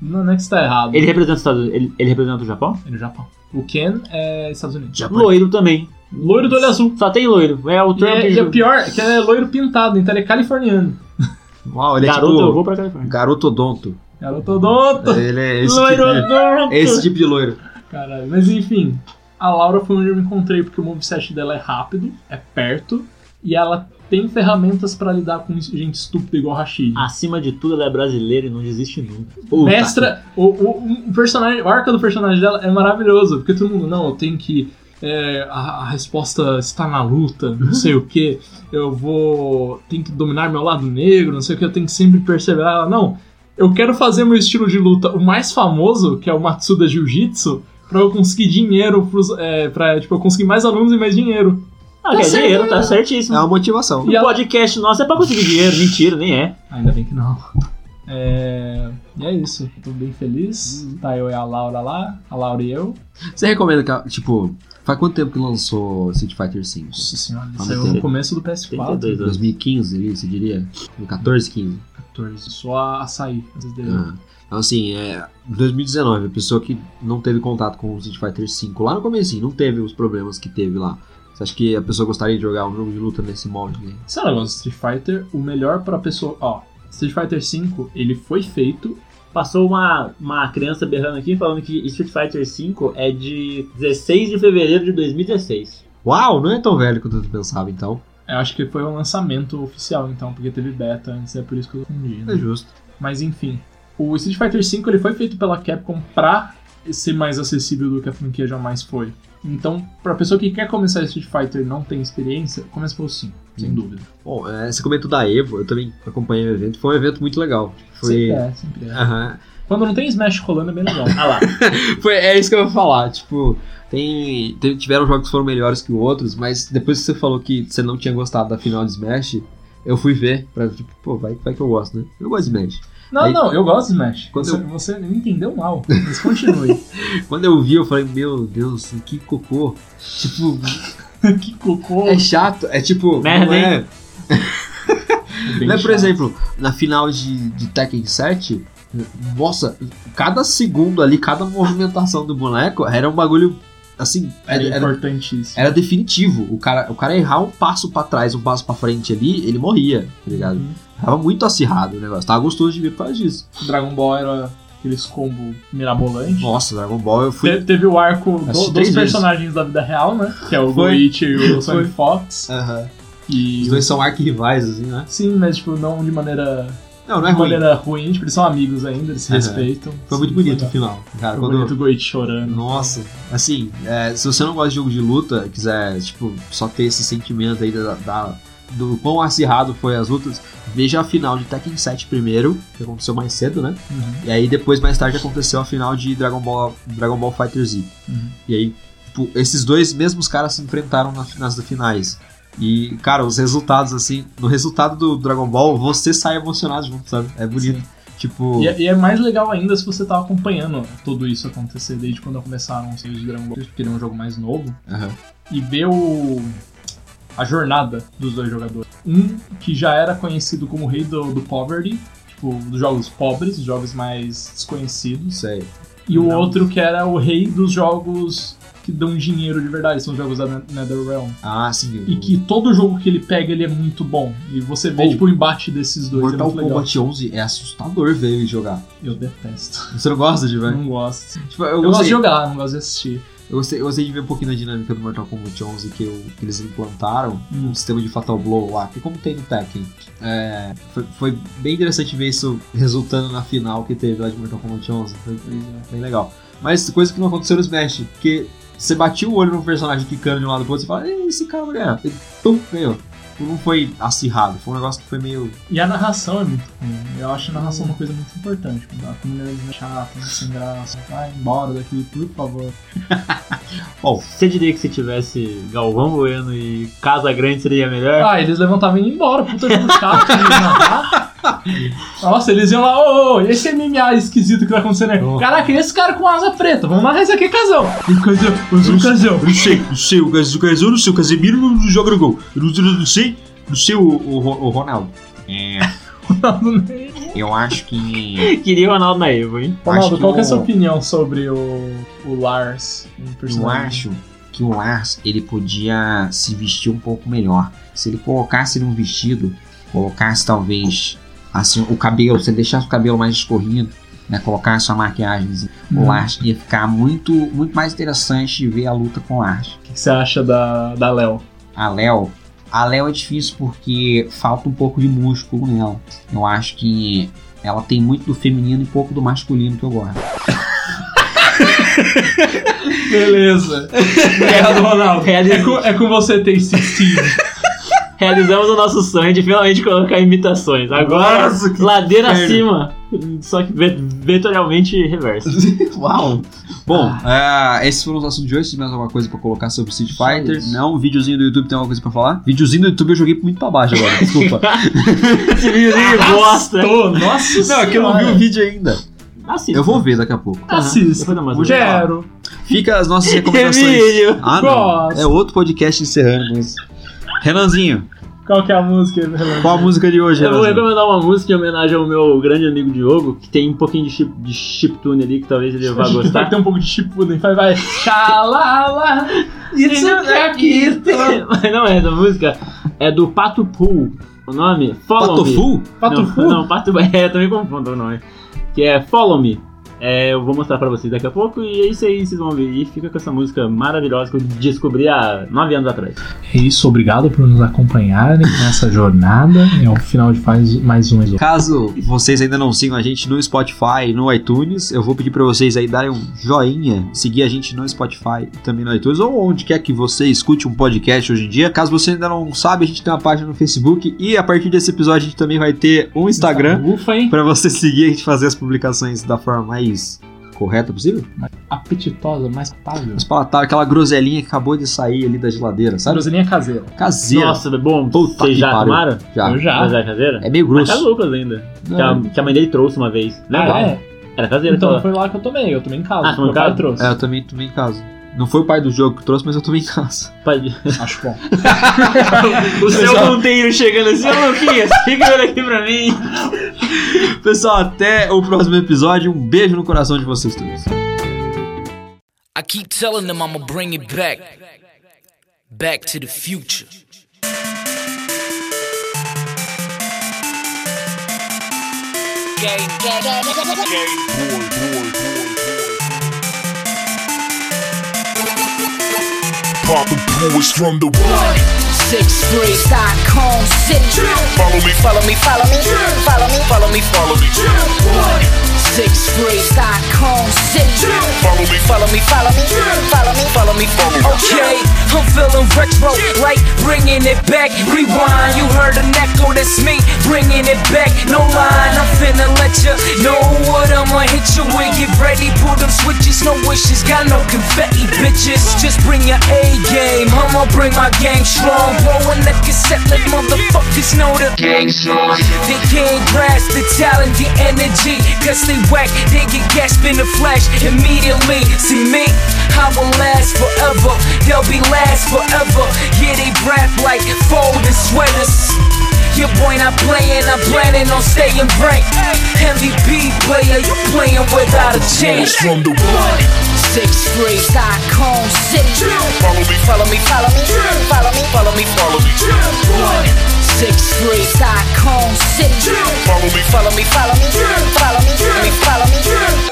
[SPEAKER 3] Não, não é que você tá errado.
[SPEAKER 5] ele representa os Estados Unidos. Ele, ele representa o Japão?
[SPEAKER 3] É do Japão. O Ken é Estados Unidos.
[SPEAKER 7] Já foi.
[SPEAKER 5] Loiro também.
[SPEAKER 3] Loiro do olho azul.
[SPEAKER 5] Só tem loiro. É o
[SPEAKER 3] E
[SPEAKER 5] Trump.
[SPEAKER 3] é, e é
[SPEAKER 5] Ju-
[SPEAKER 3] pior, que ele é loiro pintado, então ele é californiano.
[SPEAKER 7] Uau, ele é
[SPEAKER 5] Garoto,
[SPEAKER 7] tipo
[SPEAKER 5] eu vou pra Califórnia.
[SPEAKER 7] garoto odonto.
[SPEAKER 3] É Garotodonto!
[SPEAKER 7] Ele é esse tipo
[SPEAKER 5] Loiro,
[SPEAKER 7] de,
[SPEAKER 5] não.
[SPEAKER 7] é esse tipo de loiro.
[SPEAKER 3] Caralho, mas enfim. A Laura foi onde eu me encontrei porque o moveset dela é rápido, é perto, e ela tem ferramentas pra lidar com gente estúpida igual Rashid.
[SPEAKER 5] Acima de tudo, ela é brasileira e não desiste nunca.
[SPEAKER 7] Puta.
[SPEAKER 3] Mestra, o, o, o personagem, o arco do personagem dela é maravilhoso, porque todo mundo, não, eu tenho que. é, a, a resposta está na luta, não sei o que, eu vou. tenho que dominar meu lado negro, não sei o que, eu tenho que sempre perseverar. Ela, não, eu quero fazer meu estilo de luta, o mais famoso, que é o Matsuda Jiu-Jitsu, pra eu conseguir dinheiro, pros, é, pra tipo, eu conseguir mais alunos e mais dinheiro.
[SPEAKER 5] Ah, quer
[SPEAKER 3] certo,
[SPEAKER 5] dinheiro, tá
[SPEAKER 7] É
[SPEAKER 5] certíssimo.
[SPEAKER 7] uma motivação.
[SPEAKER 5] O podcast nosso é pra conseguir dinheiro. Mentira, nem é.
[SPEAKER 3] Ainda bem que não. É, cara. E é isso. Eu Tô bem feliz. Tá eu e a Laura lá, a Laura e eu.
[SPEAKER 2] Você recomenda que, tipo, faz quanto tempo que lançou Street Fighter V?
[SPEAKER 3] Nossa senhora,
[SPEAKER 2] Ah,
[SPEAKER 3] isso é
[SPEAKER 2] mas
[SPEAKER 3] o
[SPEAKER 2] tem-
[SPEAKER 3] começo do PS4.
[SPEAKER 5] 32 anos.
[SPEAKER 2] 2015 ali, você diria? 14, 15.
[SPEAKER 3] 14. é Só a açaí antes dele.
[SPEAKER 2] Ah. Então, assim, é, 2019, a pessoa que não teve contato com o Street Fighter V lá no comecinho, não teve os problemas que teve lá. Você acha que a pessoa gostaria de jogar um jogo de luta nesse molde? Né?
[SPEAKER 3] Esse é o negócio do Street Fighter, o melhor pra pessoa. Ó, Street Fighter V, ele foi feito.
[SPEAKER 5] Passou uma, uma criança berrando aqui falando que Street Fighter V é de 16 de fevereiro de 2016.
[SPEAKER 2] Uau, não é tão velho quanto eu pensava, então.
[SPEAKER 3] Eu acho que foi o lançamento oficial, então, porque teve beta antes, é por isso que eu confundi.
[SPEAKER 2] É
[SPEAKER 3] Né?
[SPEAKER 2] justo.
[SPEAKER 3] Mas enfim, o Street Fighter V ele foi feito pela Capcom pra ser mais acessível do que a franquia jamais foi. Então, pra pessoa que quer começar Street Fighter e não tem experiência, começa pelo 5, sem
[SPEAKER 2] Hum.
[SPEAKER 3] dúvida.
[SPEAKER 2] Bom, é, você comentou da Evo, eu também acompanhei o evento. Foi um evento muito legal. Foi.
[SPEAKER 3] Sempre é, sempre é.
[SPEAKER 2] Aham.
[SPEAKER 3] Quando não tem Smash rolando é bem legal.
[SPEAKER 5] Ah lá,
[SPEAKER 2] Foi, é isso que eu ia falar. Tipo, tem, teve- tiveram jogos que foram melhores que outros, mas depois que você falou que você não tinha gostado da final de Smash, eu fui ver pra, tipo, pô, vai, vai que eu gosto, né? Eu gosto de Smash.
[SPEAKER 3] Não,
[SPEAKER 2] Aí-
[SPEAKER 3] não, eu gosto de Smash.
[SPEAKER 2] Quando
[SPEAKER 3] Você,
[SPEAKER 2] eu-
[SPEAKER 3] você me entendeu mal, mas continue.
[SPEAKER 2] Quando eu vi, eu falei, meu Deus, que cocô. Tipo,
[SPEAKER 3] que cocô.
[SPEAKER 2] é chato, é tipo.
[SPEAKER 5] Merda,
[SPEAKER 2] não é-
[SPEAKER 3] Bem
[SPEAKER 2] Né, por
[SPEAKER 3] chato.
[SPEAKER 2] exemplo, na final de, de Tekken 7, nossa, cada segundo ali, cada movimentação do boneco era um bagulho assim,
[SPEAKER 3] Era
[SPEAKER 2] era, era,
[SPEAKER 3] importantíssimo.
[SPEAKER 2] era definitivo. O cara, o cara errar um passo pra trás, um passo pra frente ali, ele morria, tá ligado?
[SPEAKER 3] Uhum.
[SPEAKER 2] Tava muito acirrado o negócio, tava gostoso de ver por causa disso.
[SPEAKER 3] Dragon Ball era aqueles combo mirabolante.
[SPEAKER 2] Nossa, Dragon Ball, eu fui.
[SPEAKER 3] Te- teve o arco do-
[SPEAKER 2] Assisti
[SPEAKER 3] dos
[SPEAKER 2] três vezes.
[SPEAKER 3] personagens da vida real, né? Que é o
[SPEAKER 2] Foi.
[SPEAKER 3] Goichi e o Sonic
[SPEAKER 2] Foi.
[SPEAKER 3] Fox.
[SPEAKER 2] Aham.
[SPEAKER 3] E
[SPEAKER 2] Os dois são arquirrivais, assim, né?
[SPEAKER 3] Sim, mas tipo, não de maneira,
[SPEAKER 2] Não, não é
[SPEAKER 3] de
[SPEAKER 2] ruim.
[SPEAKER 3] maneira ruim, tipo, eles são amigos ainda, eles se
[SPEAKER 2] Aham.
[SPEAKER 3] respeitam.
[SPEAKER 2] Foi
[SPEAKER 3] Sim,
[SPEAKER 2] muito bonito o
[SPEAKER 3] legal.
[SPEAKER 2] final. Cara,
[SPEAKER 3] Foi
[SPEAKER 2] quando,
[SPEAKER 3] bonito o Goichi chorando.
[SPEAKER 2] Nossa, assim, é, se você não gosta de jogo de luta, quiser, tipo, só ter esse sentimento aí da, da- do quão acirrado foi as lutas, veja a final de Tekken 7 primeiro, que aconteceu mais cedo, né?
[SPEAKER 3] Uhum.
[SPEAKER 2] E aí depois, mais tarde, aconteceu a final de Dragon Ball, Dragon Ball Fighter Z.
[SPEAKER 3] Uhum.
[SPEAKER 2] E aí, tipo, esses dois mesmos caras se enfrentaram nas, nas finais. E, cara, os resultados, assim, no resultado do Dragon Ball, você sai emocionado junto, sabe? É bonito. Tipo.
[SPEAKER 3] E, é- e é mais legal ainda se você tava acompanhando tudo isso acontecer desde quando começaram os filmes de Dragon Ball, porque ele é um jogo mais novo,
[SPEAKER 2] Aham.
[SPEAKER 3] e ver o. a jornada dos dois jogadores. Um que já era conhecido como o rei do, do poverty, tipo, dos jogos pobres, dos jogos mais desconhecidos.
[SPEAKER 2] Isso aí.
[SPEAKER 3] E o outro que era o rei dos jogos que dão dinheiro de verdade, são os jogos da Ne- Netherrealm.
[SPEAKER 2] Ah, sim.
[SPEAKER 3] E
[SPEAKER 2] o-
[SPEAKER 3] que todo jogo que ele pega, ele é muito bom. E você vê,
[SPEAKER 2] Ou-
[SPEAKER 3] tipo, o embate desses dois, é
[SPEAKER 2] Mortal
[SPEAKER 3] muito legal.
[SPEAKER 2] Kombat 11 é assustador ver jogar.
[SPEAKER 3] Eu detesto.
[SPEAKER 2] Você não gosta de ver?
[SPEAKER 3] Não gosto.
[SPEAKER 2] Tipo, eu,
[SPEAKER 3] Hum. Eu gosto de
[SPEAKER 2] gostei,
[SPEAKER 3] jogar, não gosto de assistir.
[SPEAKER 2] eu, gostei, eu gostei de ver um pouquinho da dinâmica do Mortal Kombat 11 que, eu- que eles implantaram um sistema de Fatal Blow lá, que como tem no Tekken. É, foi, foi bem interessante ver isso resultando na final que teve lá de Mortal Kombat 11. Foi bem legal. Mas coisa que não aconteceu no Smash, porque você batiu o olho num personagem quicando de um lado pro outro e fala, Ei, esse cara vai ganhar. E pum, ganhou. Não foi acirrado, foi um negócio que foi meio.
[SPEAKER 3] E a narração é muito ruim. Eu acho a narração uma coisa muito importante. Tipo, A comunidade é chata, muito sem graça. Vai embora daqui, por favor.
[SPEAKER 5] você diria que se tivesse Galvão Bueno e Casa Grande seria melhor?
[SPEAKER 3] Ah, eles levantavam e iam embora. Puta jogo chato. de narrar. Nossa, eles iam lá, ô, ô, ô, esse MMA esquisito que tá acontecendo aí. Caraca, e esse cara com asa preta? Vamos narrar isso aqui, casão. E casão, usa um casão.
[SPEAKER 2] não sei, não sei, o Cas- o Casão não sei, o Casemiro não não joga no gol. Eu não, não sei, não sei o, o, Ro- o Ronaldo. É, eu acho que.
[SPEAKER 5] Queria o Ronaldo na Evo, hein?
[SPEAKER 3] Ronaldo,
[SPEAKER 2] Acho que
[SPEAKER 3] qual que é a
[SPEAKER 2] o-
[SPEAKER 3] sua opinião sobre o, o Lars? um
[SPEAKER 2] Eu
[SPEAKER 3] personagem?
[SPEAKER 2] acho que o Lars ele podia se vestir um pouco melhor. Se ele colocasse ele um vestido, colocasse talvez assim o cabelo, se ele deixasse o cabelo mais escorrido, né, colocasse uma maquiagem,
[SPEAKER 3] Hum.
[SPEAKER 2] o Lars ia ficar muito, muito mais interessante de ver a luta com o Lars.
[SPEAKER 3] O que você acha da, da Léo?
[SPEAKER 2] a Léo. A Léo é difícil porque falta um pouco de músculo nela. Eu acho que ela tem muito do feminino e pouco do masculino que eu gosto.
[SPEAKER 3] Beleza. É do Ronaldo. É com, é com você, Tasty Steve.
[SPEAKER 5] Realizamos o nosso sonho de finalmente colocar imitações. Agora,
[SPEAKER 7] Nossa, que
[SPEAKER 5] ladeira
[SPEAKER 7] inferno.
[SPEAKER 5] acima, só que ve- vetorialmente reverso.
[SPEAKER 7] Uau!
[SPEAKER 2] Bom, ah, esses foram os assuntos de hoje. Se tiver mais alguma coisa pra colocar sobre Street
[SPEAKER 7] Só
[SPEAKER 2] Fighter,
[SPEAKER 7] isso.
[SPEAKER 2] não. um Videozinho do YouTube tem alguma coisa pra falar? Videozinho do YouTube eu joguei muito pra baixo agora, desculpa.
[SPEAKER 5] Esse videozinho bosta.
[SPEAKER 3] Tô, nossa
[SPEAKER 2] Não, é que eu não vi o vídeo ainda.
[SPEAKER 5] Assista.
[SPEAKER 2] Eu vou ver daqui a pouco.
[SPEAKER 5] Aham,
[SPEAKER 3] Assista.
[SPEAKER 5] depois dá uma zoada.
[SPEAKER 3] Quero.
[SPEAKER 2] Fica as nossas recomendações.
[SPEAKER 5] Emílio.
[SPEAKER 2] Ah, não.
[SPEAKER 3] Gosto.
[SPEAKER 2] É outro podcast encerrando com isso. Renanzinho,
[SPEAKER 3] Qual que é a música, Renan?
[SPEAKER 2] qual a música de hoje,
[SPEAKER 5] Eu vou
[SPEAKER 2] Renanzinho?
[SPEAKER 5] recomendar uma música em homenagem ao meu grande amigo Diogo, que tem um pouquinho de, chip, de chiptune ali, que talvez ele vá
[SPEAKER 3] Vai
[SPEAKER 5] gostar.
[SPEAKER 3] ter um pouco de chipuden. Vai, vai. Xalala.
[SPEAKER 2] é
[SPEAKER 3] é
[SPEAKER 5] Mas não é essa música, é do Pato Pool. O nome? Follow Me.
[SPEAKER 2] Patofu?
[SPEAKER 3] Pato
[SPEAKER 5] não,
[SPEAKER 3] Fu?
[SPEAKER 5] Não, Pato é, eu também confundo o nome. Que é Follow Me. É, eu vou mostrar pra vocês daqui a pouco e é isso aí, vocês vão ver. E fica com essa música maravilhosa que eu descobri há nove anos atrás.
[SPEAKER 3] É isso, obrigado por nos acompanharem nessa jornada. É o final de mais, mais um episódio.
[SPEAKER 2] Caso vocês ainda não sigam a gente no Spotify, no iTunes, eu vou pedir pra vocês aí darem um joinha, seguir a gente no Spotify e também no iTunes, ou onde quer que você escute um podcast hoje em dia. Caso você ainda não sabe, a gente tem uma página no Facebook e a partir desse episódio a gente também vai ter um Instagram
[SPEAKER 3] Ufa, hein?
[SPEAKER 2] pra você seguir e a gente fazer as publicações da forma mais correta possível.
[SPEAKER 3] Apetitosa, mais paga.
[SPEAKER 2] Mas palatável, aquela groselinha que acabou de sair ali da geladeira, sabe?
[SPEAKER 3] Sarozinha caseira.
[SPEAKER 2] Caseira.
[SPEAKER 5] Nossa, é bom,
[SPEAKER 2] Puta
[SPEAKER 5] vocês
[SPEAKER 2] que
[SPEAKER 5] já
[SPEAKER 2] pariu.
[SPEAKER 5] tomaram?
[SPEAKER 2] Já.
[SPEAKER 3] Eu já. É.
[SPEAKER 5] Mas é caseira?
[SPEAKER 2] É meio
[SPEAKER 5] Mas tá
[SPEAKER 2] grosso.
[SPEAKER 5] Lucas ainda. Que a, que a mãe dele trouxe uma vez. Legal.
[SPEAKER 3] Ah, é?
[SPEAKER 5] Era caseira.
[SPEAKER 3] Então
[SPEAKER 5] Então,
[SPEAKER 3] foi lá que eu tomei. Eu tomei em casa.
[SPEAKER 5] Ah,
[SPEAKER 3] meu
[SPEAKER 5] tomou em
[SPEAKER 3] pai
[SPEAKER 5] casa?
[SPEAKER 3] trouxe.
[SPEAKER 2] É, eu também tomei em casa. Não foi o pai do jogo que trouxe, mas eu tomei em casa.
[SPEAKER 3] Acho bom.
[SPEAKER 5] o seu ponteiro chegando assim, ô Luquinhas, fica olhando aqui pra mim.
[SPEAKER 2] Pessoal, até o próximo episódio. Um beijo no coração de vocês todos.
[SPEAKER 8] I keep telling them I'ma bring it back. Back to the future.
[SPEAKER 9] Papa Brewers from the wood.
[SPEAKER 8] Six three Stockholm City.
[SPEAKER 9] Follow me,
[SPEAKER 8] Follow me, follow me, follow me, follow me.
[SPEAKER 9] follow me,
[SPEAKER 8] Six three Stockholm City.
[SPEAKER 9] follow me,
[SPEAKER 8] Follow me, follow me, follow me, follow me. Okay, I'm feeling retro, like bringing it back. Rewind, you heard an echo, that's me bringing it back. No line, I'm finna let ya know what I'ma hit you with. Get ready, pull them switches, no wishes, got no confetti, bitches. Just bring your A game, I'ma bring my gang strong. Blowing that cassette, let motherfuckers know the gang's on. They can't grasp the talent, the energy, cause they whack, they get gasped in the flesh immediately. See me, I will last forever, they'll be last forever. Yeah, they rap like folded sweaters. Yeah, boy, not playing, I'm planning on staying rank. MVP player, you playing without a chance.
[SPEAKER 9] from the wood.
[SPEAKER 8] Six three Stockholm City.
[SPEAKER 9] Follow me,
[SPEAKER 8] Follow me, follow me, follow me, follow me, follow me. Six three Stockholm City.
[SPEAKER 9] follow me,
[SPEAKER 8] Follow me, follow me, follow me, follow me, follow me.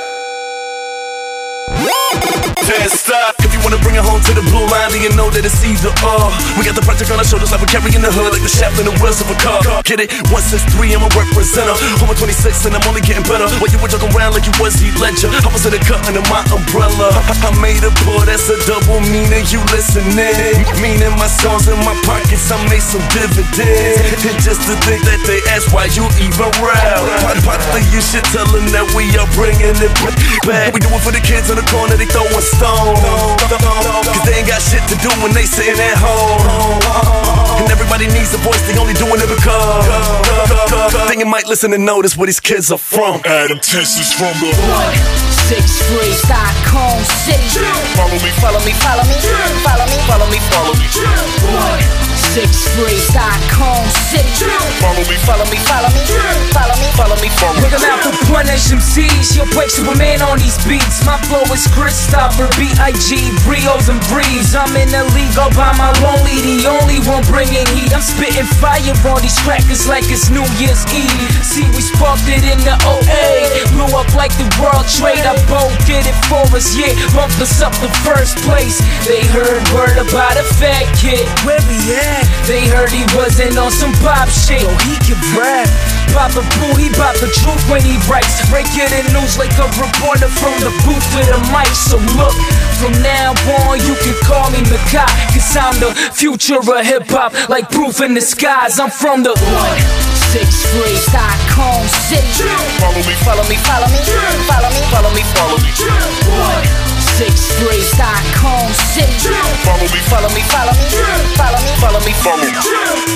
[SPEAKER 9] Pass up. If you wanna bring it home to the blue line, then you know that it's either or. We got the project on our shoulders like we're carrying the hood, like the shaft in the wheels of a car. Get it? One six three, I'm a representer. I'm a 26 and I'm only getting better. While you were joking around like you was Heath Ledger, I was in the cut under my umbrella. I, I made a pull, that's a double meaning. You listening? Meaning my songs in my pockets, I made some dividends. And just to think that they asked why you even rap. Pop, pop, think you should tell them that we are bringing it back. We do it for the kids on the corner, they throwing stones. Cause they ain't got shit to do when they sitting at home. And everybody needs a voice, they only doing it because. Think you might listen and notice where these kids are from. Adam Tess is from the
[SPEAKER 8] Six three Stockholm City.
[SPEAKER 9] Follow me,
[SPEAKER 8] Follow me, follow me, follow me, follow me.
[SPEAKER 9] follow me,
[SPEAKER 8] Six three Stockholm City.
[SPEAKER 9] follow me,
[SPEAKER 8] Follow me, follow me, follow me, follow me. Look, I'm out to punish MCs. You'll break Superman on these beats. My flow is Christopher, B.I.G., Brios and Breeze. I'm in the league all by my lonely, the only one bringing heat. I'm spitting fire on these crackers like it's New Year's Eve. See, we sparked it in the 08. Blew up like the world Trade up, both did it for us, yeah. Bumped us up the first place. They heard word about a fat kid. Where we at? They heard he wasn't on some pop shit. Yo, he can rap. Pop a boo, he pop the truth when he writes. Breaking the news like a reporter from the booth with a mic. So look, from now on, you can call me Makai. Cause I'm the future of hip hop, like proof in the skies. I'm from the one, six, three,
[SPEAKER 6] Stockholm City.
[SPEAKER 9] Follow me,
[SPEAKER 8] Follow me, follow me, follow me, follow me, follow me. One, six, three,
[SPEAKER 6] Stockholm City.
[SPEAKER 9] follow me,
[SPEAKER 8] follow me, follow me, follow me, follow me, follow me.
[SPEAKER 9] follow me.